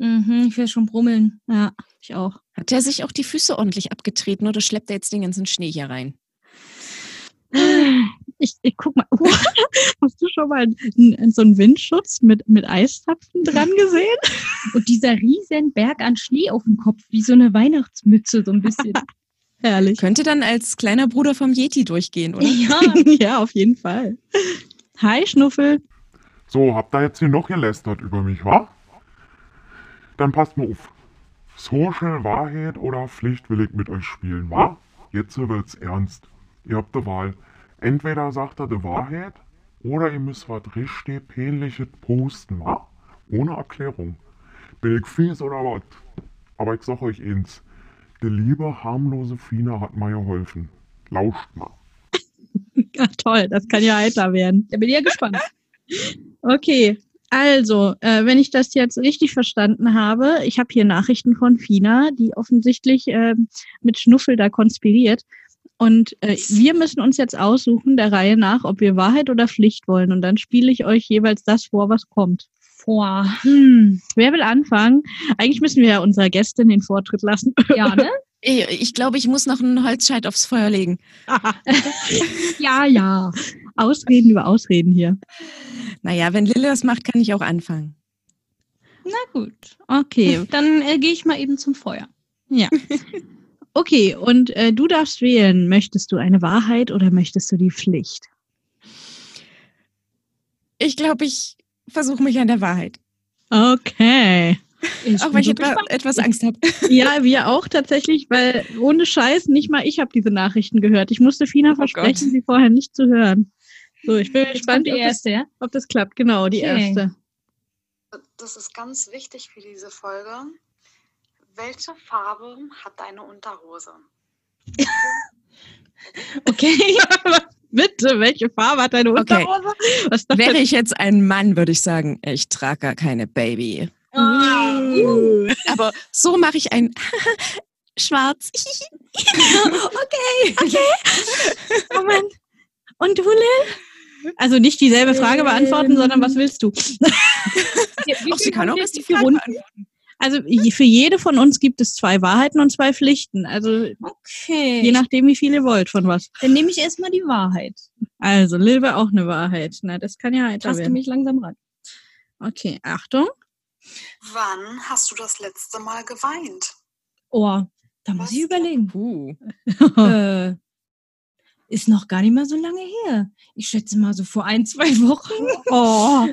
S5: Mhm, ich will schon brummeln.
S3: Ja, ich auch.
S4: Hat er sich auch die Füße ordentlich abgetreten oder schleppt er jetzt den ganzen Schnee hier rein?
S3: Ich, ich guck mal. Oh, hast du schon mal n- so einen Windschutz mit, mit Eiszapfen dran gesehen?
S5: Und dieser riesen Berg an Schnee auf dem Kopf, wie so eine Weihnachtsmütze, so ein bisschen.
S3: Herrlich.
S4: Könnte dann als kleiner Bruder vom Yeti durchgehen, oder?
S5: ja.
S3: ja, auf jeden Fall. Hi, Schnuffel.
S2: So, habt ihr jetzt hier noch gelästert über mich, wa? Dann passt mal auf. Social Wahrheit oder Pflicht will ich mit euch spielen, wa? Jetzt wird's ernst. Ihr habt die Wahl. Entweder sagt ihr die Wahrheit oder ihr müsst was richtig Peinliches posten, wa? Ohne Erklärung. Bin ich fies oder was? Aber ich sag euch eins. Die liebe, harmlose Fina hat mir geholfen. Lauscht mal.
S3: Ja, toll, das kann ja heiter werden.
S5: Da bin ich ja gespannt.
S3: Okay, also, äh, wenn ich das jetzt richtig verstanden habe, ich habe hier Nachrichten von Fina, die offensichtlich äh, mit Schnuffel da konspiriert. Und äh, wir müssen uns jetzt aussuchen, der Reihe nach, ob wir Wahrheit oder Pflicht wollen. Und dann spiele ich euch jeweils das vor, was kommt.
S5: Boah.
S3: Hm, wer will anfangen? Eigentlich müssen wir ja unserer Gästin den Vortritt lassen.
S5: Ja, ne?
S4: Ich, ich glaube, ich muss noch einen Holzscheit aufs Feuer legen.
S5: Ja, ja.
S3: Ausreden über Ausreden hier.
S4: Naja, wenn Lille das macht, kann ich auch anfangen.
S5: Na gut.
S3: Okay,
S5: Dann äh, gehe ich mal eben zum Feuer.
S3: ja. Okay, und äh, du darfst wählen. Möchtest du eine Wahrheit oder möchtest du die Pflicht?
S4: Ich glaube, ich versuche mich an der Wahrheit.
S3: Okay.
S5: Ich
S4: auch
S5: bin
S4: wenn ich
S5: so
S4: etwa,
S5: gespannt.
S4: etwas Angst habe.
S3: Ja, wir auch tatsächlich, weil ohne Scheiß, nicht mal ich habe diese Nachrichten gehört. Ich musste Fina
S4: Oh
S3: versprechen, sie vorher nicht zu hören. So, ich bin
S5: Jetzt kommt
S3: gespannt,
S5: die
S3: ob das,
S5: erste, ja?
S3: ob das klappt. Genau, die
S5: Okay.
S3: erste.
S6: Das ist ganz wichtig für diese Folge. Welche Farbe hat deine Unterhose?
S5: Okay.
S3: Bitte, welche Farbe hat deine
S4: Okay.
S3: Unterhose? Was ist das
S4: Wäre ich jetzt ein Mann, würde ich sagen, ich trage gar keine Baby.
S5: Oh. Mhm.
S3: denn?
S4: Aber so mache ich ein schwarz. okay.
S3: Moment. Und du, Lil? Also nicht dieselbe Frage beantworten,
S5: Ähm.
S3: sondern was willst du?
S5: Wie
S4: Ach, sie
S5: viel
S4: kann
S5: haben
S4: auch
S5: wir
S4: erst die
S5: jetzt? Vier
S4: Frage
S5: Runden?
S4: beantworten.
S3: Also je- für jede von uns gibt es zwei Wahrheiten und zwei Pflichten. Also
S5: Okay.
S3: je nachdem, wie viel ihr wollt von was.
S5: Dann nehme ich erstmal die Wahrheit.
S3: Also Lil war auch eine Wahrheit. Na, das kann ja heiter
S5: Taste
S3: werden.
S5: mich langsam ran.
S3: Okay, Achtung.
S6: Wann hast du das letzte Mal geweint?
S5: Oh, da muss
S6: Was?
S5: ich überlegen.
S4: Uh,
S5: Äh, ist noch gar nicht mal so lange her. Ich schätze mal so vor ein, zwei Wochen.
S3: Oh,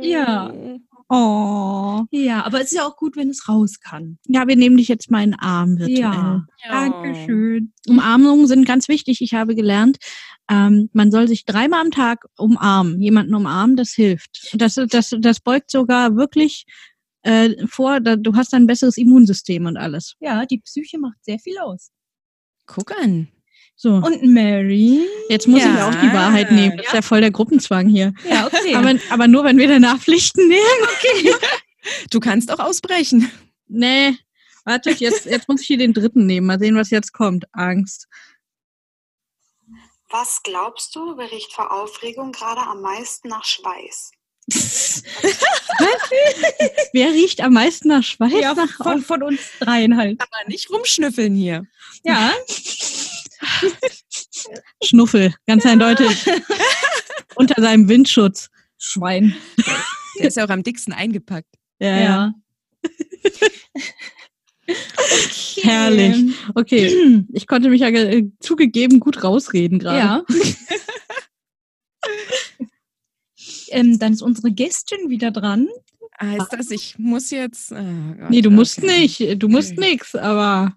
S5: Ja.
S3: oh.
S5: Ja, aber es ist ja auch gut, wenn es raus kann.
S3: Ja, wir nehmen dich jetzt mal in den Arm virtuell.
S5: Ja.
S3: Dankeschön. Umarmungen sind ganz wichtig. Ich habe gelernt, ähm, man soll sich dreimal am Tag umarmen. Jemanden umarmen, das hilft. Das, das, das beugt sogar wirklich äh, vor, da, du hast ein besseres Immunsystem und alles.
S5: Ja, die Psyche macht sehr viel aus.
S4: Guck an.
S3: So,
S5: Und Mary?
S3: jetzt muss ich
S4: Ja.
S3: auch die Wahrheit nehmen. Das ist ja voll der Gruppenzwang hier.
S5: Ja, okay.
S3: Aber, aber nur, wenn wir danach Pflichten ne? nehmen.
S4: Du kannst auch ausbrechen.
S3: Nee, warte, jetzt, jetzt muss ich hier den dritten nehmen. Mal sehen, was jetzt kommt. Angst.
S6: Was glaubst du, wer riecht vor Aufregung gerade am meisten nach Schweiß?
S3: Wer riecht am meisten nach Schweiß?
S5: ja,
S3: nach
S5: von, von uns dreien halt.
S4: Aber nicht rumschnüffeln hier.
S5: Ja.
S3: Schnuffel, ganz eindeutig. Unter seinem Windschutz.
S5: Schwein.
S4: Der ist ja auch am dicksten eingepackt.
S3: Ja, ja.
S5: Ja.
S3: Herrlich. Okay, ich konnte mich ja ge- äh, zugegeben gut rausreden gerade.
S5: Ja. ähm, dann ist unsere Gästin wieder dran.
S4: Heißt das, ich muss jetzt. ah, Gott,
S3: Nee, du musst
S4: okay.
S3: nicht. Du musst
S4: Okay.
S3: nix, aber.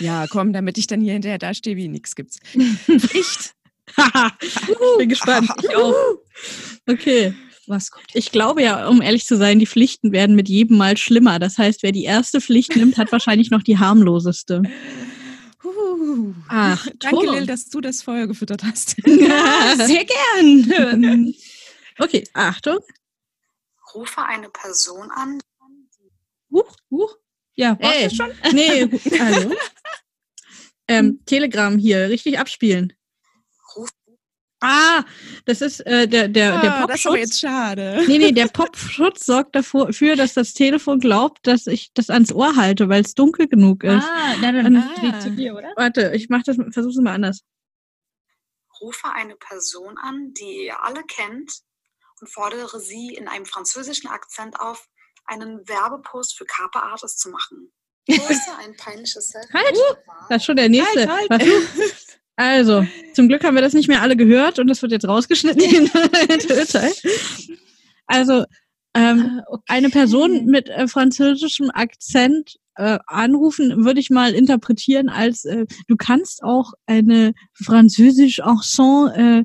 S4: Ja, komm, damit ich dann hier hinterher dastehe, wie nichts gibt's.
S3: Echt? ich bin gespannt. Ich auch. Okay.
S5: Was kommt?
S3: Ich glaube ja, um ehrlich zu sein, die Pflichten werden mit jedem Mal schlimmer. Das heißt, wer die erste Pflicht nimmt, hat wahrscheinlich noch die harmloseste.
S4: Huhu.
S3: Ach,
S4: Danke,
S3: toll.
S4: Lil, dass du das Feuer gefüttert hast.
S5: Ja, Ah, sehr gern. Ähm,
S3: Okay, Achtung.
S6: Rufe eine Person an.
S5: Huch, huch. Ja, war's
S3: Ey.
S5: das schon?
S3: Nee, hallo. Ähm, Telegram hier, richtig abspielen.
S6: Ruf
S3: Ah, das ist äh, der, der, der
S4: Ah, das ist aber
S3: Popschutz.
S4: jetzt schade.
S3: Nee, nee, der Popschutz sorgt dafür, dass das Telefon glaubt, dass ich das ans Ohr halte, weil es dunkel genug ist.
S5: Ah, na, dann
S4: Ah.
S5: ah. zu dir, oder?
S3: Warte, ich mach das, versuch's mal anders.
S6: Rufe eine Person an, die ihr alle kennt, und fordere sie in einem französischen Akzent auf, einen Werbepost für Carpe Artis zu machen. Poste ein peinliches Selfie.
S3: Halt! Das ist schon der nächste.
S4: Halt,
S3: Warte.
S4: halt.
S3: Also, zum Glück haben wir das nicht mehr alle gehört und das wird jetzt rausgeschnitten. also, ähm,
S5: Ah, okay.
S3: eine Person mit äh, französischem Akzent äh, anrufen, würde ich mal interpretieren als, äh, du kannst auch eine französisch Ensemble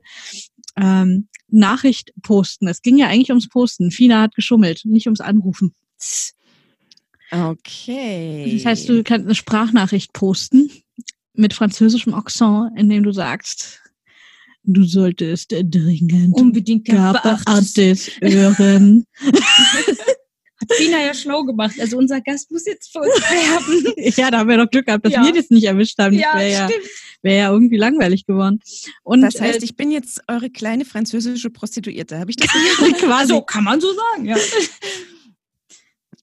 S3: äh, ähm, Nachricht posten. Es ging ja eigentlich ums Posten. Fina hat geschummelt, nicht ums Anrufen.
S4: Okay.
S3: Das heißt, du kannst eine Sprachnachricht posten mit französischem Akzent, indem du sagst, du solltest dringend
S5: unbedingt
S3: Gabe
S5: beachtet.
S3: Artis hören.
S5: Hat Fina ja schlau gemacht. Also unser Gast muss jetzt für uns werben.
S3: ja, da haben wir doch Glück gehabt, dass
S5: Ja.
S3: wir das nicht erwischt haben. Das wäre ja,
S5: stimmt.
S3: wär ja irgendwie langweilig geworden. Und
S4: das heißt,
S3: äh,
S4: ich bin jetzt eure kleine französische Prostituierte. Habe ich das richtig?
S3: quasi.
S5: So Also, kann man so sagen, ja.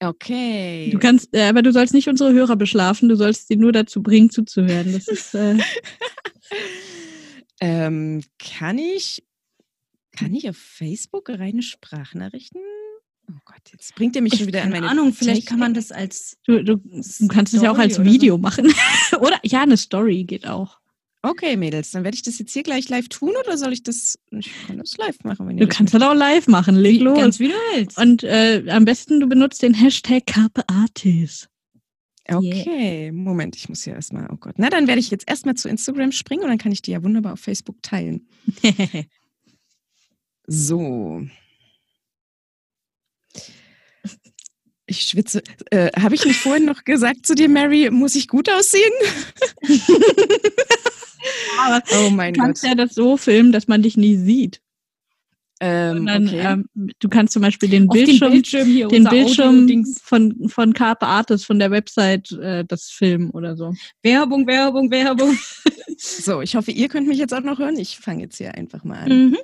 S4: Okay.
S3: Du kannst, äh, aber du sollst nicht unsere Hörer beschlafen, du sollst sie nur dazu bringen, zuzuhören. Das ist, äh,
S4: ähm, kann ich kann ich auf Facebook reine Sprachnachrichten? Oh Gott, jetzt bringt ihr mich schon wieder an
S5: Keine
S4: meine
S5: Ahnung, vielleicht kann man
S4: Technik.
S5: das als
S3: du, du, du kannst es ja auch
S5: Story
S3: als
S5: oder so.
S3: Video machen. oder ja, eine Story geht auch.
S4: Okay, Mädels, dann werde ich das jetzt hier gleich live tun oder soll ich das ich kann das live machen, wenn ihr
S3: Du
S4: das
S3: kannst das auch live machen, leg los.
S5: ganz halt wie du willst.
S3: Und äh, am besten, du benutzt den Hashtag Carpe Artis.
S4: möchtet. Okay, Moment, ich muss hier erstmal. Oh Gott. Na, dann werde ich jetzt erstmal zu Instagram springen und dann kann ich die ja wunderbar auf Facebook teilen. So. Ich schwitze. Äh, Habe ich nicht vorhin noch gesagt zu dir, Mary, muss ich gut aussehen?
S3: Aber
S4: Oh
S3: du
S4: mein Gott.
S3: kannst ja das so filmen, dass man dich nie sieht.
S4: Ähm,
S3: Sondern,
S4: okay.
S3: ähm, du kannst zum Beispiel den
S5: Hm, Auf den
S3: Bildschirm, den Bildschirm,
S5: Bildschirm hier, unser Audio-Dings.
S3: von, von Carpe Artis, von der Website, äh, das filmen oder so.
S5: Werbung, Werbung, Werbung.
S4: so, ich hoffe, ihr könnt mich jetzt auch noch hören. Ich fange jetzt hier einfach mal an.
S5: Mhm.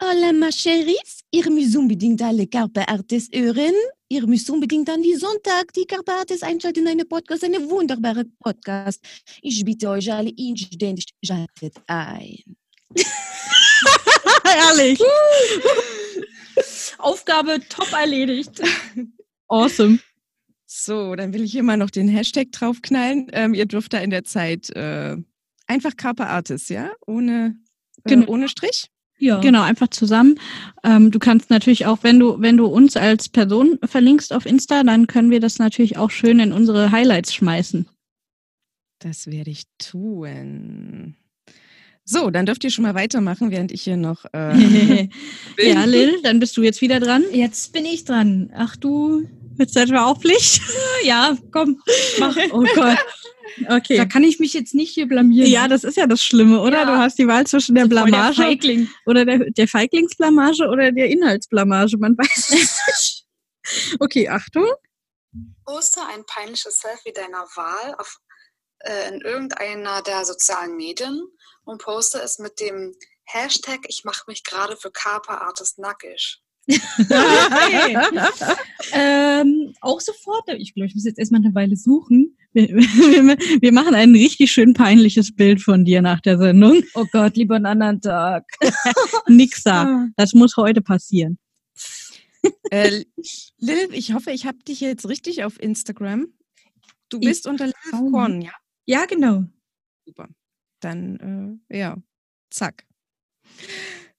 S4: Hola, ma chéris. Ihr müsst unbedingt alle Carpe Artes hören. Ihr müsst unbedingt an die Sonntag die Carpe Artes einschalten. Eine Podcast, eine wunderbare Podcast. Ich bitte euch alle inständig, schaltet ein.
S3: Ehrlich.
S5: Aufgabe top erledigt.
S3: Awesome.
S4: So, dann will ich hier mal noch den Hashtag draufknallen. Ähm, ihr dürft da in der Zeit äh, einfach Carpe Artes, ja? Ohne, äh,
S3: Genau.
S4: ohne Strich?
S5: Ja.
S3: Genau, einfach zusammen. Ähm, du kannst natürlich auch, wenn du, wenn du uns als Person verlinkst auf Insta, dann können wir das natürlich auch schön in unsere Highlights schmeißen.
S4: Das werde ich tun. So, dann dürft ihr schon mal weitermachen, während ich hier noch. Äh, bin.
S3: ja, Lil, dann bist du jetzt wieder dran.
S5: Jetzt bin ich dran. Ach du. Ah,
S3: Jetzt hätten wir auch Pflicht.
S5: Ja, komm, mach.
S3: Oh Gott.
S5: Da
S3: Okay.
S5: kann ich mich jetzt nicht hier blamieren.
S3: Ja, das ist ja das Schlimme, oder?
S5: Ja.
S3: Du hast die Wahl zwischen der
S5: Voll der
S3: Blamage
S5: Feigling.
S3: oder der, der Feiglingsblamage oder der Inhaltsblamage. Man weiß es nicht. Okay, Achtung.
S6: Poste ein peinliches Selfie deiner Wahl auf, äh, in irgendeiner der sozialen Medien und poste es mit dem Hashtag Ich mache mich gerade für Carpe Artis nackig.
S5: Ähm, auch sofort. Ich glaube, ich muss jetzt erstmal eine Weile suchen.
S3: Wir, wir, wir machen ein richtig schön peinliches Bild von dir nach der Sendung.
S5: Oh Gott, lieber einen anderen Tag. Ah.
S3: Nixa, das muss heute passieren.
S4: äh, Lil, ich hoffe, ich habe dich jetzt richtig auf Instagram. Du
S5: Ich
S4: bist unter Lil
S5: trau
S4: Korn, ja?
S5: Ja, genau.
S4: Super. Dann, äh, ja, zack.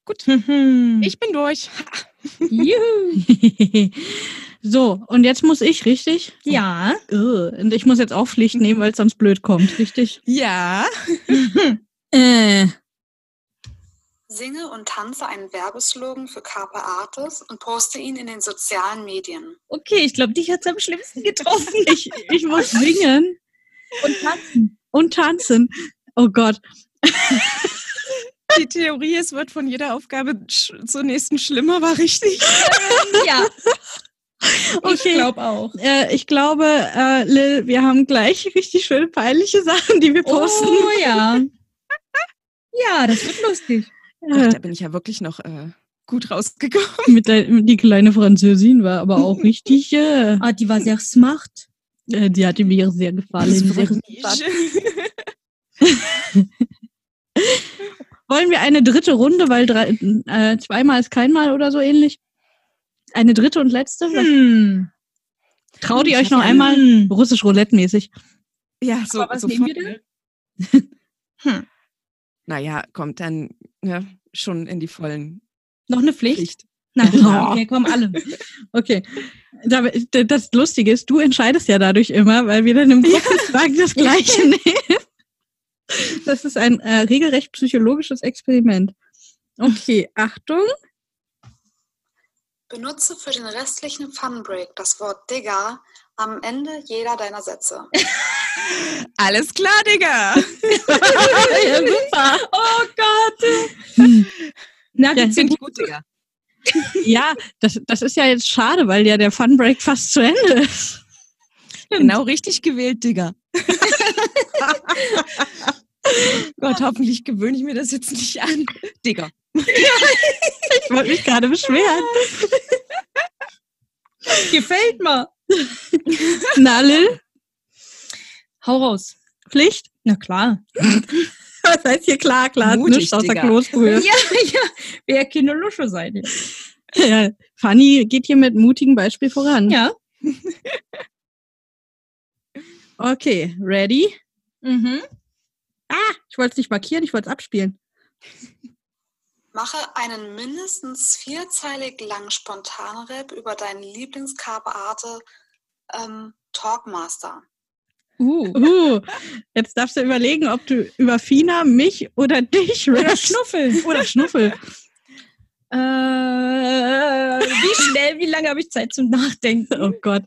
S4: Gut,
S3: Ich.
S4: ich bin durch.
S5: Juhu.
S3: so, und jetzt muss ich, richtig? Oh.
S5: Ja.
S3: Ugh, Und ich muss jetzt auch Pflicht nehmen, weil es sonst blöd kommt, richtig?
S4: Ja.
S3: Äh.
S6: Singe und tanze einen Werbeslogan für Carpe Artis und poste ihn in den sozialen Medien.
S5: Okay, ich glaube, dich hat es am schlimmsten getroffen.
S3: Ich, ich muss singen
S5: Und tanzen.
S3: und tanzen. Oh Gott.
S4: Die Theorie, es wird von jeder Aufgabe sch zur nächsten schlimmer, war richtig.
S5: Ja, ich
S3: Okay.
S5: glaube auch.
S3: Äh, ich glaube, äh, Lil, wir haben gleich richtig schöne peinliche Sachen, die wir posten.
S5: Oh ja. Oh, Ja, das wird lustig.
S4: Ach, da bin ich ja wirklich noch äh, gut rausgekommen.
S3: Mit der, die kleine Französin war aber auch richtig. Äh,
S5: Ah, die war sehr smart.
S3: äh, die hatte mir sehr gefallen.
S4: Das
S3: Sehr
S4: Nische.
S3: Wollen wir eine dritte Runde, weil drei, äh, zweimal ist keinmal oder so ähnlich? Eine dritte und letzte?
S5: Hm.
S3: Traut
S4: Ich
S3: ihr euch
S4: hab
S3: noch
S4: eine-
S3: einmal russisch Roulette-mäßig?
S4: Ja, so,
S5: was
S4: sofort.
S5: nehmen wir denn? Hm.
S4: Naja, kommt dann ne, schon in die vollen
S5: Noch eine Pflicht?
S4: Pflicht.
S5: Na gut,
S3: Ja.
S5: wir kommen alle.
S3: Okay. Da- d- Das Lustige ist, du entscheidest ja dadurch immer, weil wir dann im Gruppenschlag das Gleiche nehmen. Das ist ein äh, regelrecht psychologisches Experiment. Okay, Achtung.
S6: Benutze für den restlichen Funbreak das Wort Digger am Ende jeder deiner Sätze.
S4: Alles klar, Digga.
S3: ja, super.
S5: Oh Gott.
S3: Hm.
S5: Na,
S3: Ja,
S5: geht's dir
S4: Finde ich
S5: gut?
S4: gut, Digga.
S3: Ja, das, das ist ja jetzt schade, weil ja der Funbreak fast zu Ende ist.
S4: Genau richtig gewählt, Digga. Gott, hoffentlich gewöhne ich mir das jetzt nicht an. Digga.
S3: Ich wollte mich gerade beschweren.
S5: gefällt mir.
S3: Na, Lil,
S5: Hau raus.
S3: Pflicht?
S5: Na klar.
S3: Das heißt hier klar, klar,
S4: Mutig,
S3: nichts außer
S4: Digga.
S3: Kloßbrühe.
S5: ja. Wer keine Lusche seid ihr?
S3: Ja, Fanny geht hier mit mutigem Beispiel voran.
S5: Ja.
S3: Okay, ready?
S5: Mhm.
S3: Ah, ich wollte es nicht markieren, ich wollte es abspielen.
S6: Mache einen mindestens vierzeilig langen Spontanrap über deinen Lieblingskabearte ähm, Talkmaster.
S5: Uh.
S3: Uh, jetzt darfst du überlegen, ob du über Fina, mich oder dich
S5: Oder
S3: rappst.
S5: Schnuffel.
S3: Oder Schnuffel.
S5: äh, wie schnell, wie lange habe ich Zeit zum Nachdenken?
S3: Oh Gott.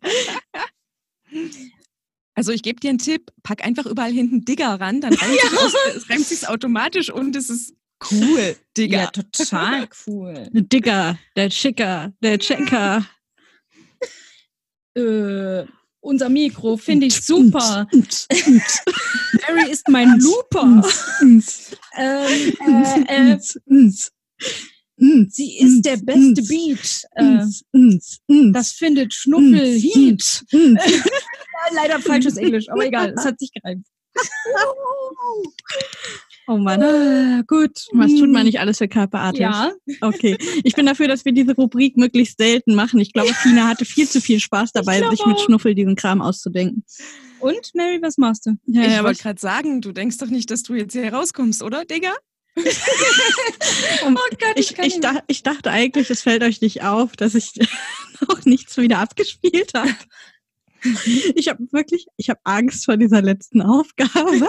S4: Also ich gebe dir einen Tipp, pack einfach überall hinten Digga ran, dann reimt sich aus- es reimt sich's automatisch und es ist cool, Digga.
S5: total cool.
S3: Der Dicker, der Schicker, der Checker.
S5: Äh, unser Mikro finde ich super.
S3: Und, und,
S5: Mary ist mein Looper.
S3: und,
S5: ähm,
S3: und,
S5: äh, äh,
S3: und, und,
S5: sie ist der beste Beat. Äh,
S3: und, und, und.
S5: das findet Schnuffel Heat.
S3: Und,
S5: Hm. Ja, leider falsches Englisch, aber egal, es hat sich gereimt.
S3: Oh Mann. gut. Was tut man nicht alles für Körperartes?
S5: Ja,
S3: Okay. Ich bin dafür, dass wir diese Rubrik möglichst selten machen. Ich glaube, Fina hatte viel zu viel Spaß dabei,
S5: glaube
S3: sich mit
S5: auch.
S3: Schnuffel diesen Kram auszudenken.
S5: und Mary, was machst du?
S3: Ja,
S4: Ich
S3: ja, aber
S4: wollte gerade sagen, du denkst doch nicht, dass du jetzt hier rauskommst, oder, Digga?
S5: Oh Gott,
S3: ich, ich,
S5: nicht.
S3: dach, ich dachte eigentlich, es fällt euch nicht auf, dass ich noch nichts wieder abgespielt habe. Ich habe wirklich, ich habe Angst vor dieser letzten Aufgabe.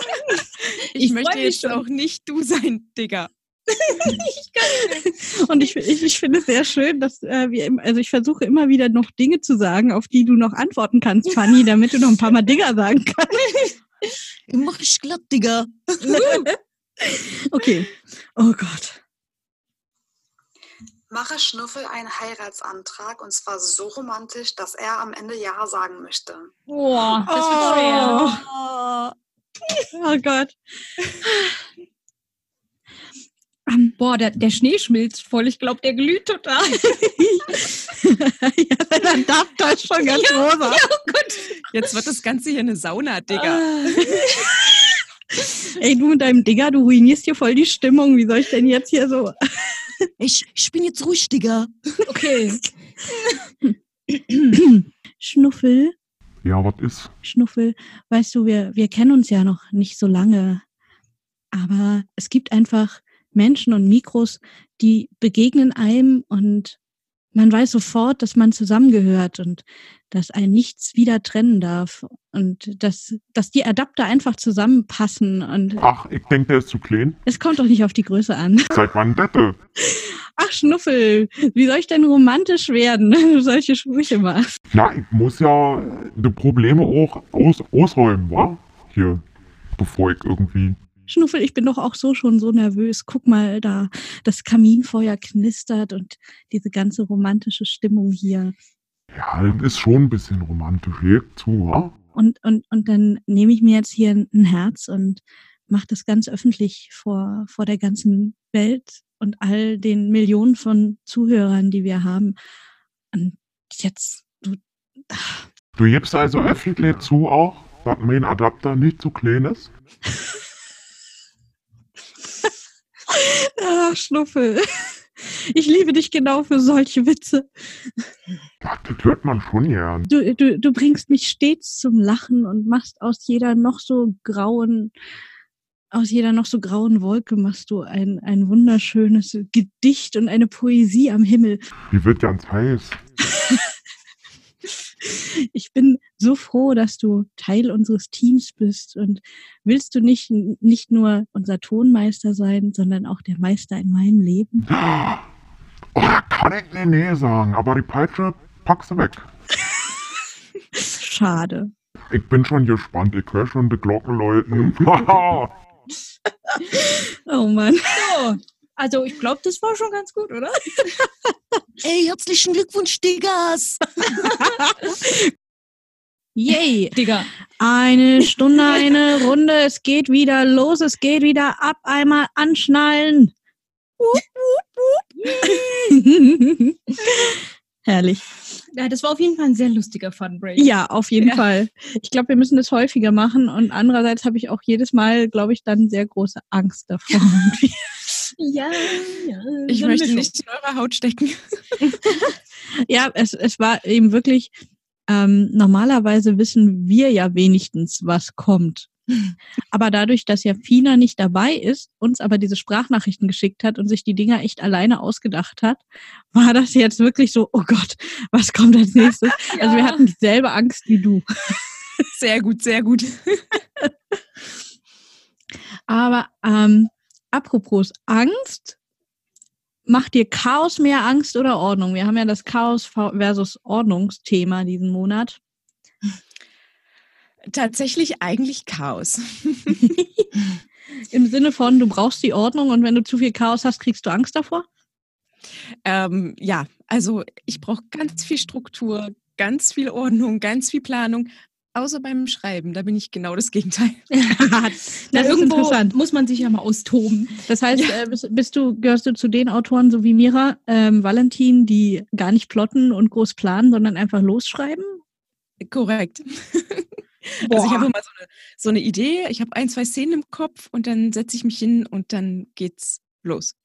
S4: Ich,
S5: Ich
S4: möchte
S5: freu mich
S4: jetzt
S5: schon.
S4: auch nicht du sein, Digga.
S3: Und ich, ich, ich finde es sehr schön, dass äh, wir, im- also ich versuche immer wieder noch Dinge zu sagen, auf die du noch antworten kannst, Fanny, damit du noch ein paar Mal Digger sagen kannst.
S4: Mach ich glatt, Digga.
S3: Okay. Oh Gott.
S6: Mache Schnuffel einen Heiratsantrag und zwar so romantisch, dass er am Ende Ja sagen möchte.
S5: Boah, das
S3: Oh,
S5: wird schwer.
S3: oh Gott.
S5: Ähm, Boah, der, der Schnee schmilzt voll. Ich glaube, der glüht total.
S3: ja, dann darf das schon ganz rosa.
S4: Jetzt wird das Ganze hier eine Sauna,
S3: Ah.
S4: Digga.
S3: Ey, du mit deinem Digger, du ruinierst hier voll die Stimmung. Wie soll ich denn jetzt hier so.
S1: Ich, ich bin jetzt ruhig, Digga.
S5: Okay.
S3: Schnuffel,
S2: Ja, was ist?
S3: Schnuffel, weißt du, wir, wir kennen uns ja noch nicht so lange. Aber es gibt einfach Menschen und Mikros, die begegnen einem und man weiß sofort, dass man zusammengehört und dass ein nichts wieder trennen darf. Und dass, dass die Adapter einfach zusammenpassen. Und
S2: Ach, ich denke, der ist zu klein.
S3: es kommt doch nicht auf die Größe an.
S2: Seit wann dette?
S3: Ach, Schnuffel, wie soll ich denn romantisch werden, wenn du solche Sprüche machst?
S2: Na, ich muss ja äh, die Probleme auch aus ausräumen, wa? Hier, bevor ich irgendwie...
S3: Schnuffel, ich bin doch auch so schon so nervös. Guck mal da, das Kaminfeuer knistert und diese ganze romantische Stimmung hier.
S2: Ja, das ist schon ein bisschen romantisch, leg zu, wa?
S3: Und, und, und dann nehme ich mir jetzt hier ein Herz und macht das ganz öffentlich vor, vor der ganzen Welt und all den Millionen von Zuhörern, die wir haben. Und jetzt, du, ach,
S2: Du gibst also öffentlich zu auch, dass mein Adapter nicht zu klein ist?
S3: ach Schnuffel. Ich liebe dich genau für solche Witze.
S2: Ja, das hört man schon gern.
S3: Du, du, du bringst mich stets zum Lachen und machst aus jeder noch so grauen, aus jeder noch so grauen Wolke machst du ein, ein wunderschönes Gedicht und eine Poesie am Himmel.
S2: Die wird ganz heiß.
S3: Ich bin so froh, dass du Teil unseres Teams bist und willst du nicht, nicht nur unser Tonmeister sein, sondern auch der Meister in meinem Leben.
S2: Oh, da kann ich nicht nee sagen, aber die Peitsche packst du weg.
S3: Schade.
S2: Ich bin schon gespannt, ich höre schon die Glocken läuten. Haha.
S3: Oh Mann.
S5: So, also ich glaube, das war schon ganz gut, oder?
S1: Ey, herzlichen Glückwunsch, Diggas.
S3: Yay.
S5: Digga.
S3: Eine Stunde, eine Runde. Es geht wieder los. Es geht wieder ab. Einmal anschnallen. Wup, wup, wup. Herrlich.
S5: Ja, äh, das war auf jeden Fall ein sehr lustiger Funbreak.
S3: Ja, auf jeden
S5: Ja.
S3: Fall. Ich glaube, wir müssen das häufiger machen. Und andererseits habe ich auch jedes Mal, glaube ich, dann sehr große Angst davor.
S5: ja. ja.
S4: Ich
S5: So eine
S4: möchte
S5: Mischung.
S4: nicht in eurer Haut stecken.
S3: ja, es, es war eben wirklich, ähm, normalerweise wissen wir ja wenigstens, was kommt. Aber dadurch, dass ja Fina nicht dabei ist, uns aber diese Sprachnachrichten geschickt hat und sich die Dinger echt alleine ausgedacht hat, war das jetzt wirklich so, oh Gott, was kommt als nächstes? Also wir
S5: Ja.
S3: hatten dieselbe Angst wie du.
S4: Sehr gut, sehr gut.
S3: Aber ähm, apropos Angst, macht dir Chaos mehr Angst oder Ordnung? Wir haben ja das Chaos versus Ordnungsthema diesen Monat.
S4: Tatsächlich eigentlich Chaos.
S3: Im Sinne von, du brauchst die Ordnung und wenn du zu viel Chaos hast, kriegst du Angst davor?
S4: Ähm, ja, also ich brauche ganz viel Struktur, ganz viel Ordnung, ganz viel Planung. Außer beim Schreiben, da bin ich genau das Gegenteil.
S5: Na,
S3: ist
S5: irgendwo
S3: interessant.
S5: muss man sich ja mal austoben.
S3: Das heißt, äh, bist, bist du, gehörst du zu den Autoren, so wie Mira, ähm, Valentin, die gar nicht plotten und groß planen, sondern einfach losschreiben?
S4: Korrekt. Also ich habe immer so eine, so eine Idee, ich habe ein, zwei Szenen im Kopf und dann setze ich mich hin und dann geht's los.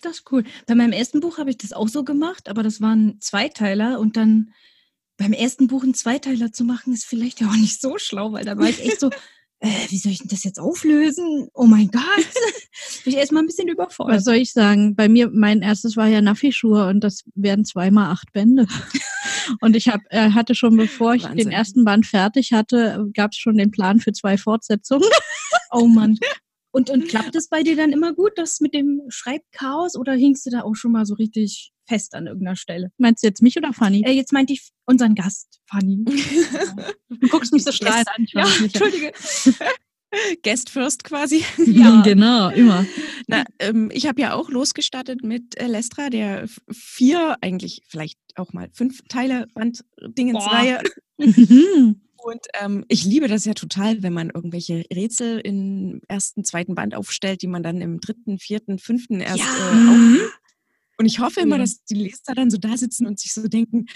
S5: Das ist cool. Bei meinem ersten Buch habe ich das auch so gemacht, aber das waren Zweiteiler und dann beim ersten Buch einen Zweiteiler zu machen, ist vielleicht ja auch nicht so schlau, weil da war ich echt so, äh, wie soll ich denn das jetzt auflösen? Oh mein Gott. Bin ich erstmal ein bisschen
S3: Was
S5: überfordert.
S3: soll ich sagen? Bei mir, mein erstes war ja Naffi-Schuhe und das werden zweimal acht Bände. Und ich hab, äh, hatte schon, bevor ich den
S4: Wahnsinn.
S3: ersten Band fertig hatte, gab es schon den Plan für zwei Fortsetzungen.
S5: Oh Mann. Und, und klappt es bei dir dann immer gut, das mit dem Schreibchaos oder hingst du da auch schon mal so richtig fest an irgendeiner Stelle?
S3: Meinst du jetzt mich oder Fanny?
S5: Äh, jetzt meinte ich unseren Gest, Fanny.
S3: Du guckst mich so strahlend an.
S5: ja, entschuldige.
S4: Guest first quasi.
S5: Ja.
S3: Genau, immer.
S4: Na, ähm, ich habe ja auch losgestartet mit äh, Lestra, der f- vier, eigentlich vielleicht auch mal fünf Teile Band-Dingens-Reihe.
S3: Mhm.
S4: Und ähm, ich liebe das ja total, wenn man irgendwelche Rätsel im ersten, zweiten Band aufstellt, die man dann im dritten, vierten, fünften erst äh, auf Und ich hoffe immer,
S5: Ja.
S4: dass die Leser dann so da sitzen und sich so denken,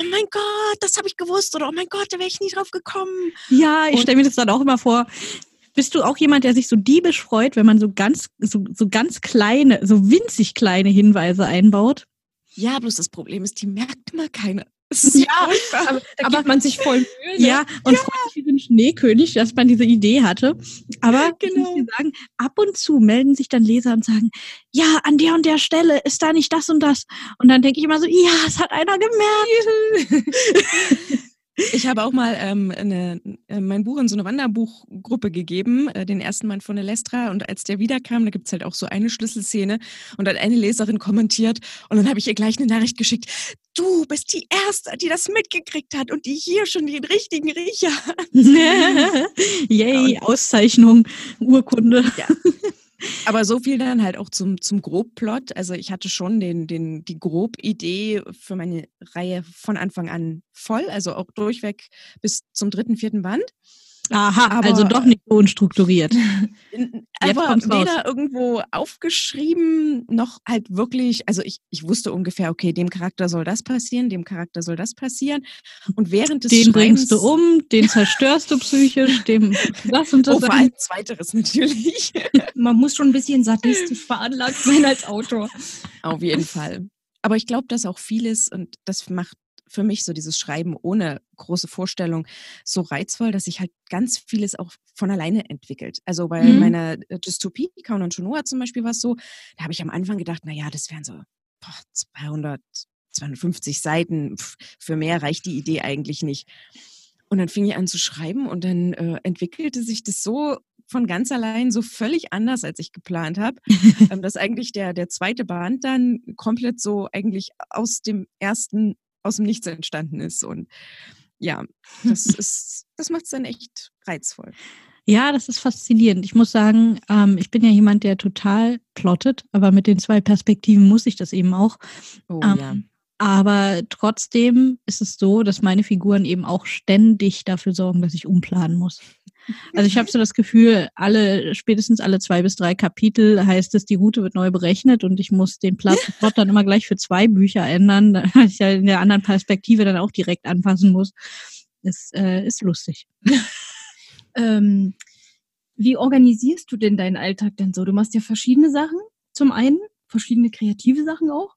S4: oh mein Gott, das habe ich gewusst oder oh mein Gott, da wäre ich nie drauf gekommen.
S3: Ja, ich
S4: Und-
S3: stelle mir das dann auch immer vor. Bist du auch jemand, der sich so diebisch freut, wenn man so ganz, so, so ganz kleine, so winzig kleine Hinweise einbaut?
S4: Ja, bloß das Problem ist, die merkt immer keiner. Das ist ja, furchtbar.
S5: Aber da gibt man sich voll Mühe. ne?
S3: Ja, und freut sich wie so ein Schneekönig, dass man diese Idee hatte. Aber ich muss
S4: Genau.
S3: dir sagen, ab und zu melden sich dann Leser und sagen, ja, an der und der Stelle ist da nicht das und das. Und dann denke ich immer so, ja, es hat einer gemerkt.
S4: Ich habe auch mal ähm, eine, äh, mein Buch in so eine Wanderbuchgruppe gegeben, äh, den ersten Mann von der Lestra. Und als der wiederkam, da gibt es halt auch so eine Schlüsselszene und dann eine Leserin kommentiert und dann habe ich ihr gleich eine Nachricht geschickt. Du bist die Erste, die das mitgekriegt hat und die hier schon den richtigen Riecher hat.
S3: Yay, Auszeichnung, Urkunde.
S4: Aber so viel dann halt auch zum, zum Grobplot. Also ich hatte schon den, den, die Grobidee für meine Reihe von Anfang an voll, also auch durchweg bis zum dritten, vierten Band.
S3: Aha,
S4: Aber-
S3: also doch nicht so unstrukturiert.
S4: N-
S3: Jetzt
S4: Aber
S3: kommt's raus.
S4: weder irgendwo aufgeschrieben, noch halt wirklich, also ich, ich wusste ungefähr, okay, dem Charakter soll das passieren, dem Charakter soll das passieren. Und während des
S3: Den
S4: Schreibens,
S3: bringst du um, den zerstörst du psychisch, dem das und das.
S4: Oh, vor allem zweiteres natürlich.
S5: Man muss schon ein bisschen sadistisch veranlagt sein als Autor.
S4: Auf jeden Fall. Aber ich glaube, dass auch vieles, und das macht für mich so dieses Schreiben ohne große Vorstellung so reizvoll, dass sich halt ganz vieles auch von alleine entwickelt. Also bei
S5: Mhm.
S4: meiner äh, Dystopie, Kaun und Shonua zum Beispiel war es so, da habe ich am Anfang gedacht, na ja, das wären so boah, 200, 250 Seiten. Pff, für mehr reicht die Idee eigentlich nicht. Und dann fing ich an zu schreiben und dann äh, entwickelte sich das so von ganz allein so völlig anders, als ich geplant habe, ähm, dass eigentlich der, der zweite Band dann komplett so eigentlich aus dem ersten, aus dem Nichts entstanden ist. Und ja, das ist, das macht es dann echt reizvoll.
S3: Ja, das ist faszinierend. Ich muss sagen, ähm, ich bin ja jemand, der total plottet, aber mit den zwei Perspektiven muss ich das eben auch.
S4: Oh ja.
S3: Ähm, Aber trotzdem ist es so, dass meine Figuren eben auch ständig dafür sorgen, dass ich umplanen muss. Also ich habe so das Gefühl, alle, spätestens alle zwei bis drei Kapitel heißt es, die Route wird neu berechnet und ich muss den Plot Plot dann immer gleich für zwei Bücher ändern, weil ich ja in der anderen Perspektive dann auch direkt anpassen muss. Das äh, ist lustig.
S5: Ähm, wie organisierst du denn deinen Alltag denn so? Du machst ja verschiedene Sachen. Zum einen verschiedene kreative Sachen auch.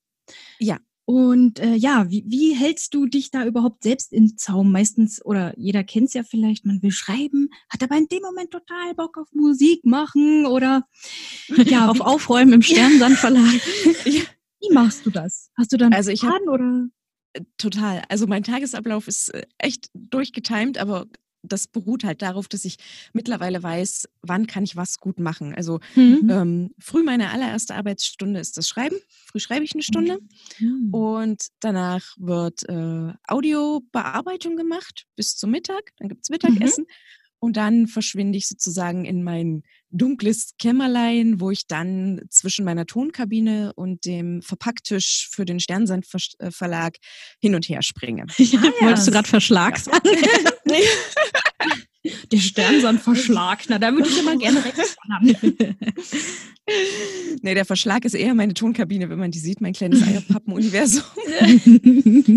S4: Ja.
S5: Und äh, ja, wie, wie hältst du dich da überhaupt selbst im Zaum? Meistens, oder jeder kennt es ja vielleicht, man will schreiben, hat aber in dem Moment total Bock auf Musik machen oder ja,
S3: Auf
S5: wie,
S3: Aufräumen im Sternsand Verlag.
S5: wie machst du das? Hast du dann
S4: Also ich hab-
S5: Plan oder?
S4: Total. Also mein Tagesablauf ist äh, echt durchgetimt, aber das beruht halt darauf, dass ich mittlerweile weiß, wann kann ich was gut machen. Also
S5: Mhm. Hm.
S4: ähm, früh meine allererste Arbeitsstunde ist das Schreiben. Früh schreibe ich eine Stunde.
S5: Mhm. Oh,
S4: Und danach wird äh, Audiobearbeitung gemacht bis zum Mittag. Dann gibt's Mittagessen. Und dann verschwinde ich sozusagen in mein dunkles Kämmerlein, wo ich dann zwischen meiner Tonkabine und dem Verpacktisch für den Sternsand Vers- äh, Verlag hin und her springe.
S3: Wolltest du gerade Verschlag sagen?
S5: Der Sternsandverschlag, na, da würde ich immer gerne rechts
S4: nee, Ne, der Verschlag ist eher meine Tonkabine, wenn man die sieht, mein kleines Eierpappenuniversum.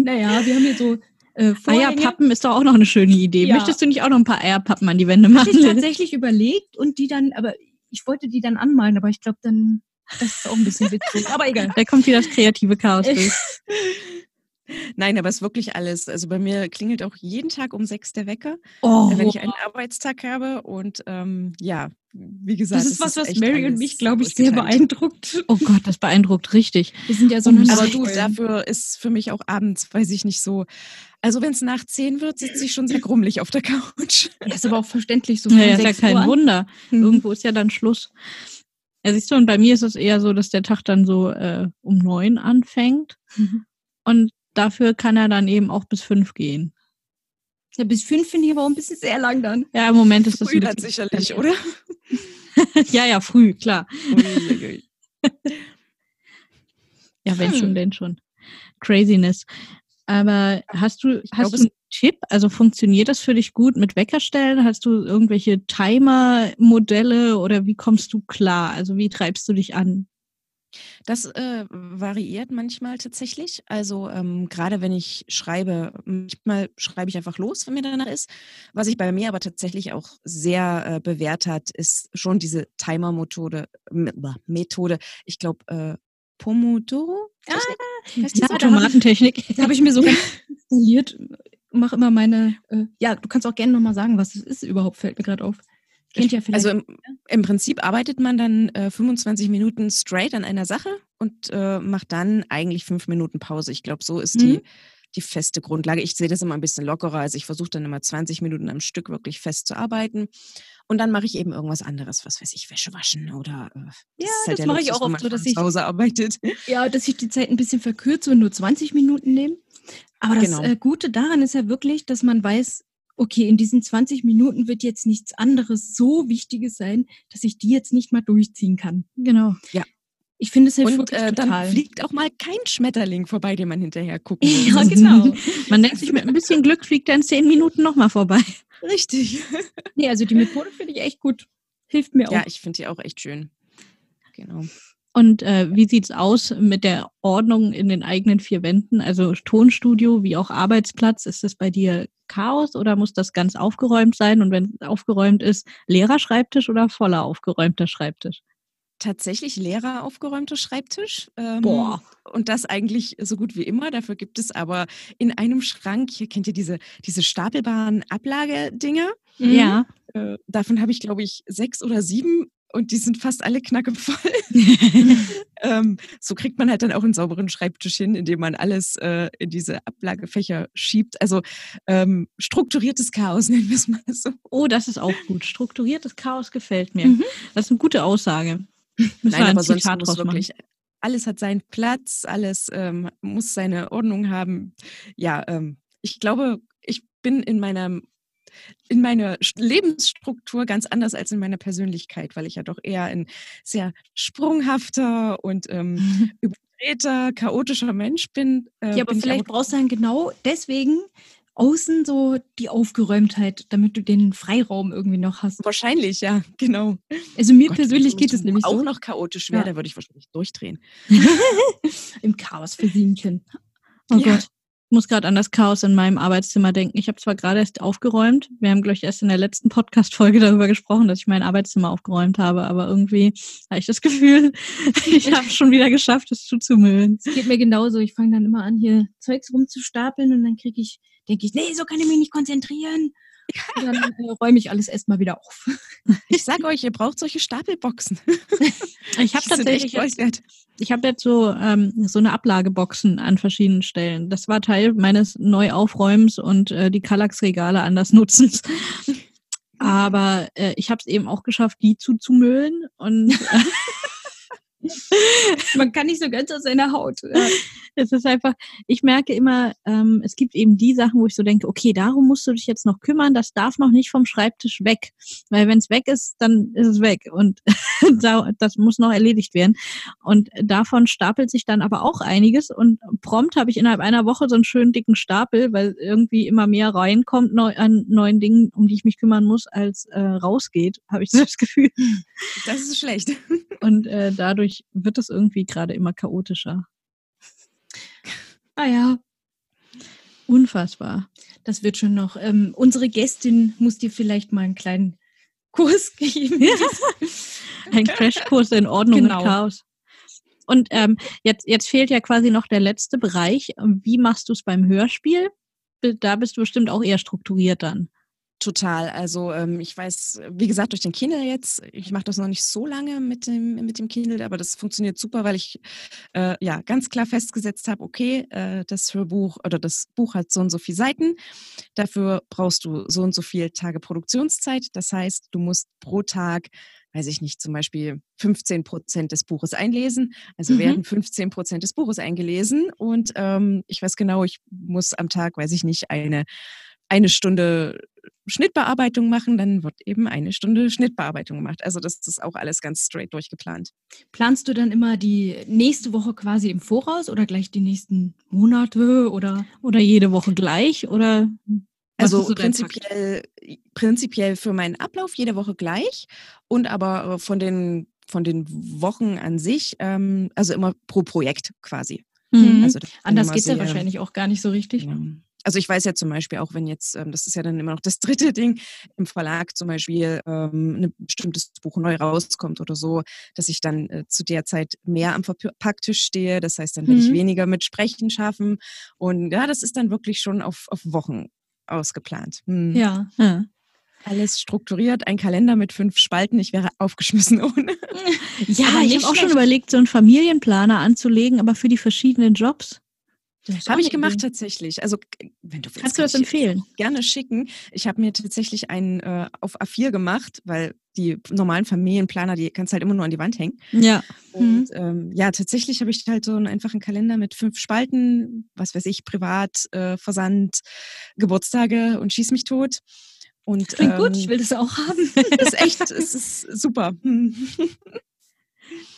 S5: Naja, wir haben hier so äh, Vorhänge.
S3: Eierpappen Ah ist doch auch noch eine schöne Idee.
S5: Ja.
S3: Möchtest du nicht auch noch ein paar Eierpappen an die Wände
S5: Hatte ich
S3: machen?
S5: tatsächlich überlegt und die dann, aber ich wollte die dann anmalen, aber ich glaube dann, das ist auch ein bisschen witzig. Aber egal.
S3: Da kommt wieder das kreative Chaos durch.
S4: Nein, aber es ist wirklich alles. Also bei mir klingelt auch jeden Tag um sechs der Wecker.
S3: Oh,
S4: Äh, wenn ich einen Arbeitstag habe. Und ähm, ja, wie gesagt,
S5: Das ist
S4: es
S5: was, was
S4: echt halt.
S5: Mary und
S4: alles
S5: mich, glaube ich, sehr
S4: durchgeteilt.
S5: beeindruckt.
S3: oh Gott, das beeindruckt richtig.
S5: Wir sind ja so
S3: eine
S5: eine
S4: Aber du, dafür ist für mich auch abends, weiß ich nicht so. Also wenn es nach zehn wird, sitze ich schon sehr grummelig auf der Couch.
S5: ja, ist aber auch verständlich so.
S3: Ja,
S5: von
S3: ja, ist ja
S5: sechs
S3: kein ne?
S5: Uhr an. Mhm.
S3: Wunder. Irgendwo ist ja dann Schluss. Ja, siehst du, und bei mir ist es eher so, dass der Tag dann so äh, um neun anfängt.
S5: Mhm.
S3: Und dafür kann er dann eben auch bis fünf gehen.
S5: Ja, bis fünf finde ich aber auch ein bisschen sehr lang dann.
S3: Ja, im Moment ist das
S4: Früh
S3: ein
S4: dann
S3: bisschen-
S4: sicherlich, oder?
S3: ja, ja, früh, klar.
S4: Uiuiui.
S3: Ja, wenn
S5: Hm.
S3: schon, denn schon. Craziness. Aber hast du, hast
S4: glaub,
S3: du
S4: es-
S3: einen Tipp? Also funktioniert das für dich gut mit Weckerstellen? Hast du irgendwelche Timer-Modelle oder wie kommst du klar? Also wie treibst du dich an?
S4: Das äh, variiert manchmal tatsächlich. Also ähm, gerade wenn ich schreibe, manchmal schreibe ich einfach los, wenn mir danach ist. Was sich bei mir aber tatsächlich auch sehr äh, bewährt hat, ist schon diese Timer-Methode. M- bah, Methode. Ich glaube, äh, Pomodoro?
S5: Ah,
S4: Heißt die
S3: Ja,
S4: so?
S3: Automatentechnik.
S5: Das habe ich mir sogar installiert. Mach immer meine. Äh, ja, du kannst auch gerne nochmal sagen, was es ist überhaupt, fällt mir gerade auf. Kennt ja vielleicht.
S4: Also im, im Prinzip arbeitet man dann äh, 25 Minuten straight an einer Sache und äh, macht dann eigentlich fünf Minuten Pause. Ich glaube, so ist die,
S5: Mhm.
S4: die feste Grundlage. Ich sehe das immer ein bisschen lockerer. Also ich versuche dann immer 20 Minuten am Stück wirklich fest zu arbeiten. Und dann mache ich eben irgendwas anderes, was weiß ich, Wäsche waschen oder äh,
S5: Ja,
S4: ist
S5: das
S4: der
S5: mache ich
S4: Luxus,
S5: auch
S4: wenn man
S5: oft so, dass
S4: von
S5: ich-
S4: zu Hause arbeitet.
S5: Ja, dass ich die Zeit ein bisschen verkürze und nur 20 Minuten nehme. Aber das
S4: Genau.
S5: äh, Gute daran ist ja wirklich, dass man weiß, okay, in diesen 20 Minuten wird jetzt nichts anderes so Wichtiges sein, dass ich die jetzt nicht mal durchziehen kann.
S3: Genau.
S4: Ja.
S5: Ich finde, es hilft
S4: Und
S5: wirklich
S4: äh, dann
S5: total.
S4: fliegt auch mal kein Schmetterling vorbei, dem man hinterher gucken
S5: ja,
S4: muss.
S5: genau.
S3: Man denkt sich, mit Also ein bisschen Glück fliegt er in zehn Minuten nochmal vorbei.
S4: Richtig.
S5: Nee, also die Methode finde ich echt gut. Hilft mir
S4: Ja,
S5: auch.
S4: ich finde die auch echt schön. Genau.
S3: Und äh, wie sieht's aus mit der Ordnung in den eigenen vier Wänden? Also Tonstudio wie auch Arbeitsplatz, ist das bei dir Chaos oder muss das ganz aufgeräumt sein? Und wenn es aufgeräumt ist, leerer Schreibtisch oder voller aufgeräumter Schreibtisch?
S4: Tatsächlich leerer aufgeräumter Schreibtisch. Ähm,
S3: Boah.
S4: Und das eigentlich so gut wie immer. Dafür gibt es aber in einem Schrank, hier kennt ihr diese, diese stapelbaren Ablagedinger.
S5: Mhm.
S3: Ja.
S4: Äh, davon habe ich, glaube ich, sechs oder sieben und die sind fast alle knackevoll. ähm, so kriegt man halt dann auch einen sauberen Schreibtisch hin, indem man alles äh, in diese Ablagefächer schiebt. Also ähm, strukturiertes Chaos nennen wir es mal so.
S3: Oh, das ist auch gut. Strukturiertes Chaos gefällt mir.
S5: Mhm.
S3: Das ist eine gute Aussage. Müssen wir ein Zitat draus machen.
S4: alles hat seinen Platz, alles ähm, muss seine Ordnung haben. Ja, ähm, ich glaube, ich bin in meiner in meiner Sch- Lebensstruktur ganz anders als in meiner Persönlichkeit, weil ich ja doch eher ein sehr sprunghafter und ähm, überdrehter, chaotischer Mensch bin. äh,
S5: Ja, aber
S4: bin ich
S5: vielleicht brauchst du dann genau deswegen außen so die Aufgeräumtheit, damit du den Freiraum irgendwie noch hast.
S4: wahrscheinlich, ja, genau.
S5: Also mir
S4: Gott,
S5: persönlich
S4: wenn
S5: geht
S4: ich
S5: es nämlich
S4: auch
S5: so
S4: noch chaotisch wäre,
S5: Ja.
S4: da würde ich wahrscheinlich durchdrehen.
S5: im Chaos versinken.
S3: Oh
S4: Ja.
S3: Gott. Ich muss gerade an das Chaos in meinem Arbeitszimmer denken. Ich habe zwar gerade erst aufgeräumt, wir haben, glaube ich, erst in der letzten Podcast-Folge darüber gesprochen, dass ich mein Arbeitszimmer aufgeräumt habe, aber irgendwie habe ich das Gefühl, ich habe es schon wieder geschafft, es zuzumüllen.
S5: Es geht mir genauso. Ich fange dann immer an, hier Zeugs rumzustapeln und dann kriege ich, denke ich, nee, so kann ich mich nicht konzentrieren. Und dann äh, räume ich alles erstmal wieder auf.
S4: Ich sage euch, ihr braucht solche Stapelboxen.
S3: Ich habe
S4: Die sind echt
S3: tatsächlich jetzt
S4: Gold wert.
S3: Ich habe jetzt so, ähm, so eine Ablageboxen an verschiedenen Stellen. Das war Teil meines Neuaufräumens und äh, die Kallax-Regale anders Nutzens. Aber äh, ich habe es eben auch geschafft, die zuzumüllen. Und äh,
S5: Man kann nicht so ganz aus seiner Haut. Ja.
S3: es ist einfach, ich merke immer, ähm, es gibt eben die Sachen, wo ich so denke, okay, darum musst du dich jetzt noch kümmern, das darf noch nicht vom Schreibtisch weg. Weil wenn es weg ist, dann ist es weg. Und da- das muss noch erledigt werden. Und davon stapelt sich dann aber auch einiges. Und prompt habe ich innerhalb einer Woche so einen schönen dicken Stapel, weil irgendwie immer mehr reinkommt neu, an neuen Dingen, um die ich mich kümmern muss, als äh, rausgeht, habe ich so das Gefühl.
S4: Das ist schlecht.
S3: Und äh, dadurch wird es irgendwie gerade immer chaotischer.
S5: Ah ja,
S3: Unfassbar.
S5: das wird schon noch. Ähm, unsere Gästin muss dir vielleicht mal einen kleinen Kurs geben.
S3: Ein Crashkurs in Ordnung
S5: Genau.
S3: und Chaos. Und ähm, jetzt, jetzt fehlt ja quasi noch der letzte Bereich. Wie machst du es beim Hörspiel? Be- Da bist du bestimmt auch eher strukturiert dann.
S4: Total. Also ähm, ich weiß, wie gesagt, durch den Kindle jetzt, ich mache das noch nicht so lange mit dem, mit dem Kindle, aber das funktioniert super, weil ich äh, ja ganz klar festgesetzt habe, okay, äh, das Hörbuch oder das Buch hat so und so viele Seiten. Dafür brauchst du so und so viele Tage Produktionszeit. Das heißt, du musst pro Tag, weiß ich nicht, zum Beispiel 15 Prozent des Buches einlesen. Also
S5: Mhm.
S4: werden 15 Prozent des Buches eingelesen. Und ähm, ich weiß genau, ich muss am Tag, weiß ich nicht, eine eine Stunde Schnittbearbeitung machen, dann wird eben eine Stunde Schnittbearbeitung gemacht. Also das ist auch alles ganz straight durchgeplant.
S5: Planst du dann immer die nächste Woche quasi im Voraus oder gleich die nächsten Monate oder?
S3: Oder jede Woche gleich? Oder was
S4: Also
S3: ist so dein Takt?
S4: prinzipiell, prinzipiell für meinen Ablauf jede Woche gleich und aber äh, von den, von den Wochen an sich, ähm, also immer pro Projekt quasi.
S3: Mhm.
S4: Also das ist dann
S5: Anders
S4: immer
S5: geht es ja
S4: sehr-
S5: wahrscheinlich auch gar nicht so richtig.
S4: Ja. Also ich weiß ja zum Beispiel auch, wenn jetzt, ähm, das ist ja dann immer noch das dritte Ding, im Verlag zum Beispiel ähm, ein bestimmtes Buch neu rauskommt oder so, dass ich dann äh, zu der Zeit mehr am Verpacktisch stehe. Das heißt, dann werde ich
S5: Mhm.
S4: weniger mit Sprechen schaffen. Und ja, das ist dann wirklich schon auf, auf Wochen ausgeplant. Hm.
S5: Ja.
S3: Ja.
S4: Alles strukturiert, ein Kalender mit fünf Spalten. Ich wäre aufgeschmissen ohne.
S3: ja
S5: Aber
S3: ich
S5: nicht
S3: habe auch schon
S5: schlecht.
S3: überlegt, so einen Familienplaner anzulegen, aber für die verschiedenen Jobs.
S5: Das ist auch
S4: Habe ich
S5: eine
S4: gemacht
S5: Idee.
S4: tatsächlich. Also k- wenn du willst,
S3: Kannst du
S4: kann
S3: das
S4: ich-
S3: empfehlen?
S4: gerne schicken. Ich habe mir tatsächlich einen äh, auf A4 gemacht, weil die normalen Familienplaner, die kannst halt immer nur an die Wand hängen.
S3: Ja.
S5: Mhm.
S4: Und ähm, ja, tatsächlich habe ich halt so einen einfachen Kalender mit fünf Spalten, was weiß ich, Privat, äh, Versand, Geburtstage und schieß mich tot. Und
S5: Klingt gut,
S4: ähm,
S5: ich will das auch haben.
S4: das ist echt, es ist super. Hm.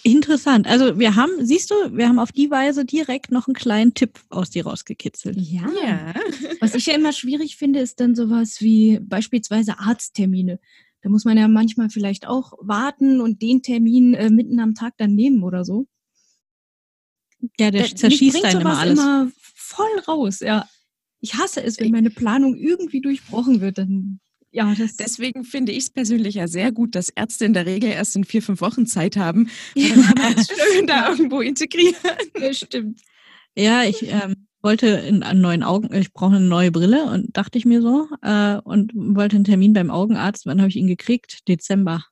S3: Interessant. Also wir haben, siehst du, wir haben auf die Weise direkt noch einen kleinen Tipp aus dir rausgekitzelt.
S5: Ja.
S4: Ja.
S5: Was ich ja immer schwierig finde, ist dann sowas wie beispielsweise Arzttermine. Da muss man ja manchmal vielleicht auch warten und den Termin äh, mitten am Tag dann nehmen oder so.
S3: Ja, der
S5: Da-
S3: zerschießt
S5: mich
S3: einen
S5: bringt
S3: immer
S5: sowas
S3: alles.
S5: immer voll raus, ja. Ich hasse es, wenn meine Planung irgendwie durchbrochen wird. Dann, ja, das,
S4: Deswegen finde ich es persönlich ja sehr gut, dass Ärzte in der Regel erst in vier, fünf Wochen Zeit haben. Ja. Dann kann man das schön da irgendwo integrieren.
S5: das stimmt.
S3: Ja, ich ähm, wollte in, an neuen Augen, ich brauche eine neue Brille und dachte ich mir so äh, und wollte einen Termin beim Augenarzt. Wann habe ich ihn gekriegt? Dezember.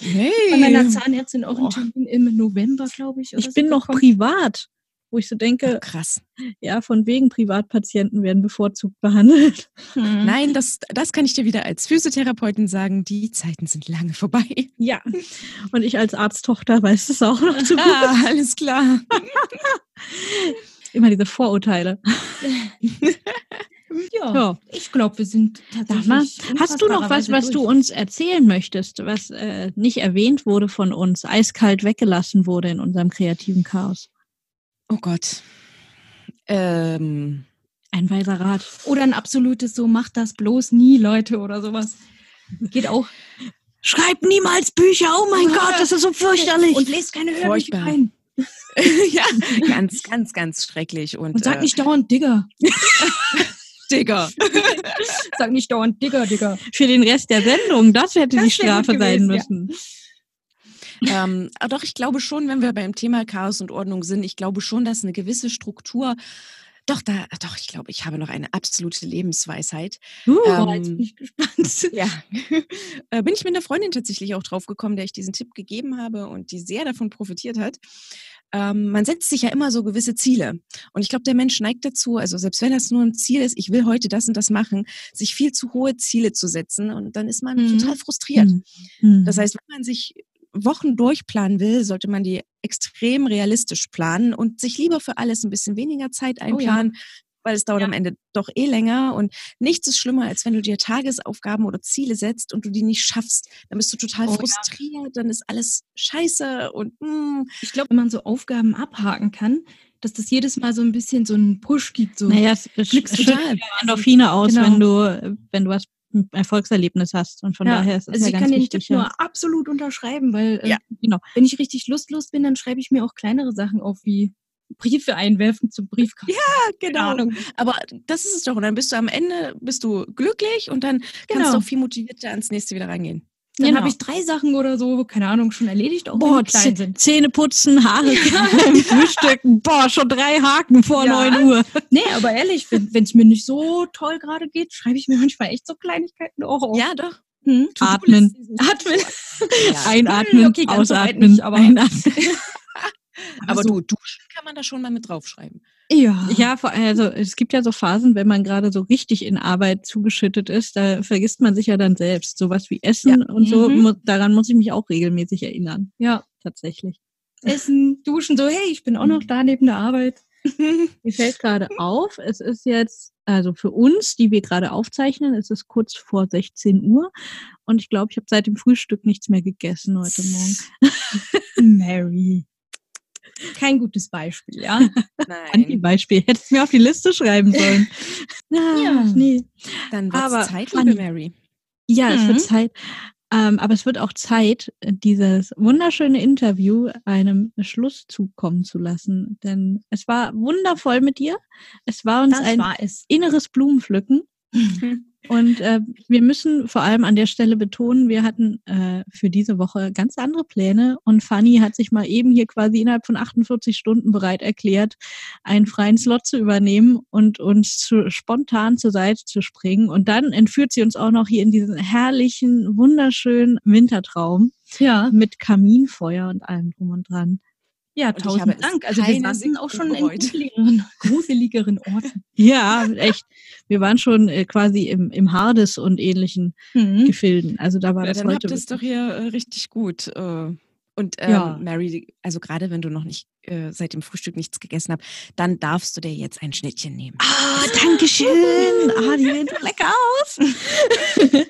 S4: Hey.
S5: Bei meiner Zahnärztin auch
S4: Boah.
S5: einen Termin im November, glaube ich. oder
S3: Ich
S5: so
S3: bin noch
S5: bekommen.
S3: privat, wo ich so denke,
S4: Krass.
S3: ja, von wegen Privatpatienten werden bevorzugt behandelt.
S4: Nein, das, das kann ich dir wieder als Physiotherapeutin sagen. Die Zeiten sind lange vorbei.
S3: Ja. Und ich als Arzttochter weiß es auch noch zu gut.
S4: Ah, alles klar.
S3: Immer diese Vorurteile.
S5: Ja,
S3: Ja.
S5: ich glaube, wir sind
S3: Sag mal,
S5: tatsächlich.
S3: hast du noch was,
S5: unfassbarerweise
S3: was du
S5: durch.
S3: uns erzählen möchtest, was äh, nicht erwähnt wurde von uns, eiskalt weggelassen wurde in unserem kreativen Chaos?
S4: Oh Gott. Ähm,
S3: Ein weiser Rat.
S5: Oder ein absolutes so, macht das bloß nie, Leute, oder sowas. Geht auch.
S3: Schreibt niemals Bücher, oh mein Gott, das ist so fürchterlich.
S5: Und lest keine Hörbücher
S4: Furchtbar.
S5: ein.
S4: ja, ganz, ganz, ganz schrecklich. Und,
S5: Und sag
S4: äh,
S5: nicht dauernd Digger.
S4: Digga.
S5: Sag nicht dauernd Digger, Digger.
S3: für den Rest der Sendung, das hätte
S5: Das
S3: die
S5: wär gut
S3: Strafe sein
S5: gewesen,
S3: müssen.
S4: ähm, aber doch, ich glaube schon, wenn wir beim Thema Chaos und Ordnung sind, ich glaube schon, dass eine gewisse Struktur. Doch, da, doch, ich glaube, ich habe noch eine absolute Lebensweisheit.
S3: Uh, Hm.
S5: Boah, jetzt
S4: Ähm,
S5: bin Oh. ich gespannt.
S4: Ja. Äh, Bin ich mit einer Freundin tatsächlich auch drauf gekommen, der ich diesen Tipp gegeben habe und die sehr davon profitiert hat. Ähm, man setzt sich ja immer so gewisse Ziele. Und ich glaube, der Mensch neigt dazu, also selbst wenn das nur ein Ziel ist, ich will heute das und das machen, sich viel zu hohe Ziele zu setzen. Und dann ist man
S5: Mhm.
S4: total frustriert.
S3: Hm. Hm.
S4: Das heißt, wenn man sich Wochen durchplanen will, sollte man die extrem realistisch planen und sich lieber für alles ein bisschen weniger
S5: Oh
S4: Zeit einplanen, weil es dauert am Ende doch eh länger. Und nichts ist schlimmer, als wenn du dir Tagesaufgaben oder Ziele setzt und du die nicht schaffst. Dann bist du total
S5: Oh ja.
S4: frustriert, dann ist alles scheiße und mm,
S5: Ich glaube, wenn man so Aufgaben abhaken kann, dass das jedes Mal so ein bisschen so einen Push gibt. So.
S3: naja, es es
S5: Glücks-
S3: schüttet
S5: total.
S3: die Endorphine aus,
S5: Genau.
S3: wenn du, wenn du was ein Erfolgserlebnis hast. Und von
S5: Ja,
S3: daher ist es
S5: also
S3: ja
S5: ich
S3: ganz
S5: kann den
S3: wichtig.
S5: Tipp
S3: ja.
S5: nur absolut unterschreiben, weil äh,
S4: Ja,
S3: genau.
S5: wenn ich richtig lustlos bin, dann schreibe ich mir auch kleinere Sachen auf, wie Briefe einwerfen zum Briefkasten.
S4: keine Ahnung. genau. Aber das ist es doch. Und dann bist du am Ende, bist du glücklich und dann kannst
S5: Genau.
S4: du auch viel motivierter ans nächste wieder reingehen.
S5: Dann
S3: Genau.
S5: habe ich drei Sachen oder so, keine Ahnung, schon erledigt, auch
S3: Boah,
S5: wenn die klein
S3: Zäh-
S5: sind.
S3: Zähne putzen, Haare kämmen, frühstücken. Boah, schon drei Haken vor
S5: Ja.
S3: 9 Uhr.
S5: Nee, aber ehrlich, wenn es mir nicht so toll gerade geht, schreibe ich mir manchmal echt so Kleinigkeiten auch auf.
S4: Ja, doch.
S5: Hm?
S3: Atmen.
S5: Atmen.
S4: Ja.
S3: Einatmen,
S5: Okay, ganz so weit
S3: ausatmen,
S5: nicht, aber-
S3: einatmen.
S4: Aber du,
S5: also
S4: duschen kann man da schon mal mit draufschreiben.
S5: Ja.
S3: Ja, vor- also es gibt ja so Phasen, wenn man gerade so richtig in Arbeit zugeschüttet ist, da vergisst man sich ja dann selbst. Sowas wie Essen und so,
S5: Mhm.
S3: mu- daran muss ich mich auch regelmäßig erinnern,
S5: ja.
S3: tatsächlich.
S5: Essen, duschen, so, hey, ich bin
S3: Hm.
S5: auch noch da neben der Arbeit.
S3: Mir fällt gerade auf, es ist jetzt, also für uns, die wir gerade aufzeichnen, es ist kurz vor 16 Uhr und ich glaube, ich habe seit dem Frühstück nichts mehr gegessen heute Morgen.
S5: Mary. Kein gutes Beispiel, ja.
S4: Nein,
S3: Anti-Beispiel, hättest du mir auf die Liste schreiben sollen.
S5: Ja.
S3: Ach, nee.
S4: dann
S3: Aber
S4: wird's Zeit, liebe
S3: Anni-
S4: Mary.
S3: Ja, es
S5: Mhm.
S3: wird Zeit. Ähm, aber es wird auch Zeit, dieses wunderschöne Interview einem Schluss zukommen zu lassen. Denn es war wundervoll mit dir. Es war uns ein
S5: es.
S3: inneres Blumenpflücken. Und äh, wir müssen vor allem an der Stelle betonen, wir hatten äh, für diese Woche ganz andere Pläne und Fanny hat sich mal eben hier quasi innerhalb von 48 Stunden bereit erklärt, einen freien Slot zu übernehmen und uns zu, spontan zur Seite zu springen. Und dann entführt sie uns auch noch hier in diesen herrlichen, wunderschönen Wintertraum
S5: Ja,
S3: mit Kaminfeuer und allem drum und dran.
S5: ja,
S4: ich
S5: tausend
S4: habe es
S5: Dank. Also wir
S4: keine
S5: saßen auch schon in
S4: Sekunde
S5: gruseligeren, gruseligeren Orten.
S3: Ja, echt. Wir waren schon äh, quasi im, im Hades und ähnlichen
S5: Mhm.
S3: Gefilden. Also da war
S4: Ja,
S3: das
S4: dann habt
S3: heute.
S4: ihr es doch hier äh, richtig gut. Äh. Und ähm,
S5: Ja.
S4: Mary, also gerade wenn du noch nicht äh, seit dem Frühstück nichts gegessen hast, dann darfst du dir jetzt ein Schnittchen nehmen.
S3: Ah, danke schön. Ah, die sehen so lecker aus.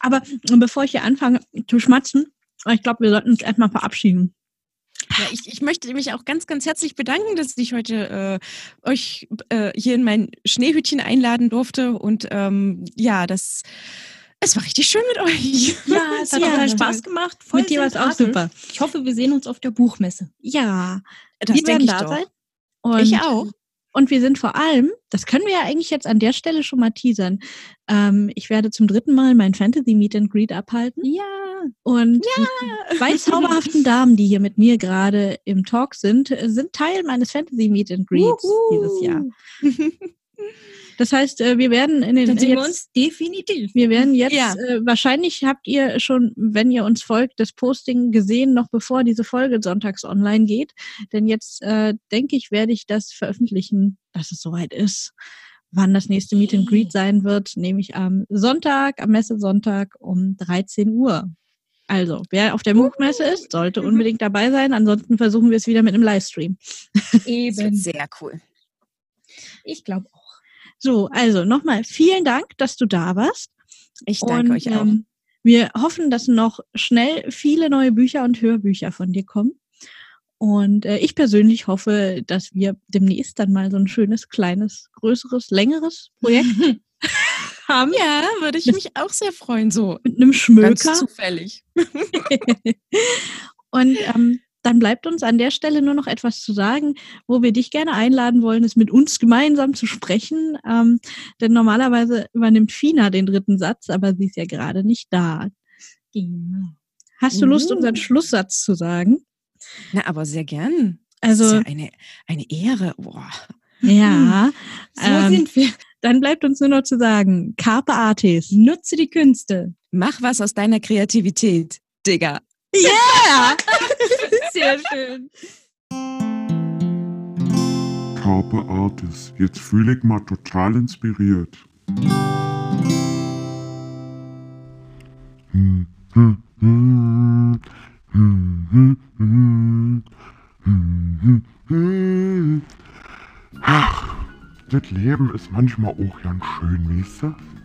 S3: Aber bevor ich hier anfange zu schmatzen, ich glaube, wir sollten uns erstmal verabschieden.
S4: Ja, ich, ich möchte mich auch ganz, ganz herzlich bedanken, dass ich heute äh, euch äh, hier in mein Schneehütchen einladen durfte. Und ähm, ja, das, es war richtig schön mit euch.
S5: Ja, es hat
S3: Ja,
S5: total
S3: toll.
S5: Spaß gemacht. Voll
S3: Mit dir war es auch
S5: sympathisch.
S3: super.
S5: Ich hoffe, wir sehen uns auf der Buchmesse.
S3: Ja,
S4: Das
S3: wir werden
S4: denke ich
S3: da
S4: doch.
S3: sein. Und,
S4: Ich auch.
S3: Und wir sind vor allem, das können wir ja eigentlich jetzt an der Stelle schon mal teasern. Ähm, ich werde zum dritten Mal mein Fantasy Meet and Greet abhalten.
S5: Ja.
S3: Und die zwei zauberhaften Damen, die hier mit mir gerade im Talk sind, äh, sind Teil meines Fantasy Meet and Greets dieses Jahr. Das heißt, äh, wir werden in den
S5: Dann sehen wir
S3: jetzt-
S5: uns definitiv.
S3: Wir werden jetzt,
S4: Ja.
S3: äh, wahrscheinlich habt ihr schon, wenn ihr uns folgt, das Posting gesehen, noch bevor diese Folge sonntags online geht. Denn jetzt, äh, denke ich, werde ich das veröffentlichen, dass es soweit ist. Wann das nächste Meet and Greet sein wird, nehme ich am Sonntag, am Messesonntag um 13 Uhr. Also, wer auf der Buchmesse ist,
S5: Mhm.
S3: sollte unbedingt dabei sein. Ansonsten versuchen wir es wieder mit einem Livestream.
S4: Das wird
S5: Eben.
S4: sehr cool.
S5: Ich glaube auch.
S3: So, also nochmal vielen Dank, dass du da warst.
S4: Ich danke
S3: Und,
S4: euch auch.
S3: ähm, wir hoffen, dass noch schnell viele neue Bücher und Hörbücher von dir kommen. Und äh, ich persönlich hoffe, dass wir demnächst dann mal so ein schönes, kleines, größeres, längeres Projekt haben.
S4: Ja, würde ich mich auch sehr freuen. So
S3: Mit einem
S4: ganz
S3: Schmöker.
S4: zufällig.
S3: Und ähm, dann bleibt uns an der Stelle nur noch etwas zu sagen, wo wir dich gerne einladen wollen, ist mit uns gemeinsam zu sprechen. Ähm, denn normalerweise übernimmt Fina den dritten Satz, aber sie ist ja gerade nicht da.
S5: Genau. Uh.
S3: Hast du Lust,
S4: Mhm.
S3: unseren Schlusssatz zu sagen?
S4: Na, aber sehr gern. das ist
S3: Also,
S4: ja eine, eine Ehre. Boah.
S3: ja,
S5: So
S3: Ähm,
S5: sind wir.
S3: dann bleibt uns nur noch zu sagen, Carpe Artis.
S5: Nutze die Künste.
S4: Mach was aus deiner Kreativität, Digga.
S5: Sehr schön.
S2: Carpe Artis. Jetzt fühle ich mal total inspiriert. Hm, hm, hm. Hm, hm, hm. Hm, hm, hm. Ach, das Leben ist manchmal auch ganz schön, weißt du?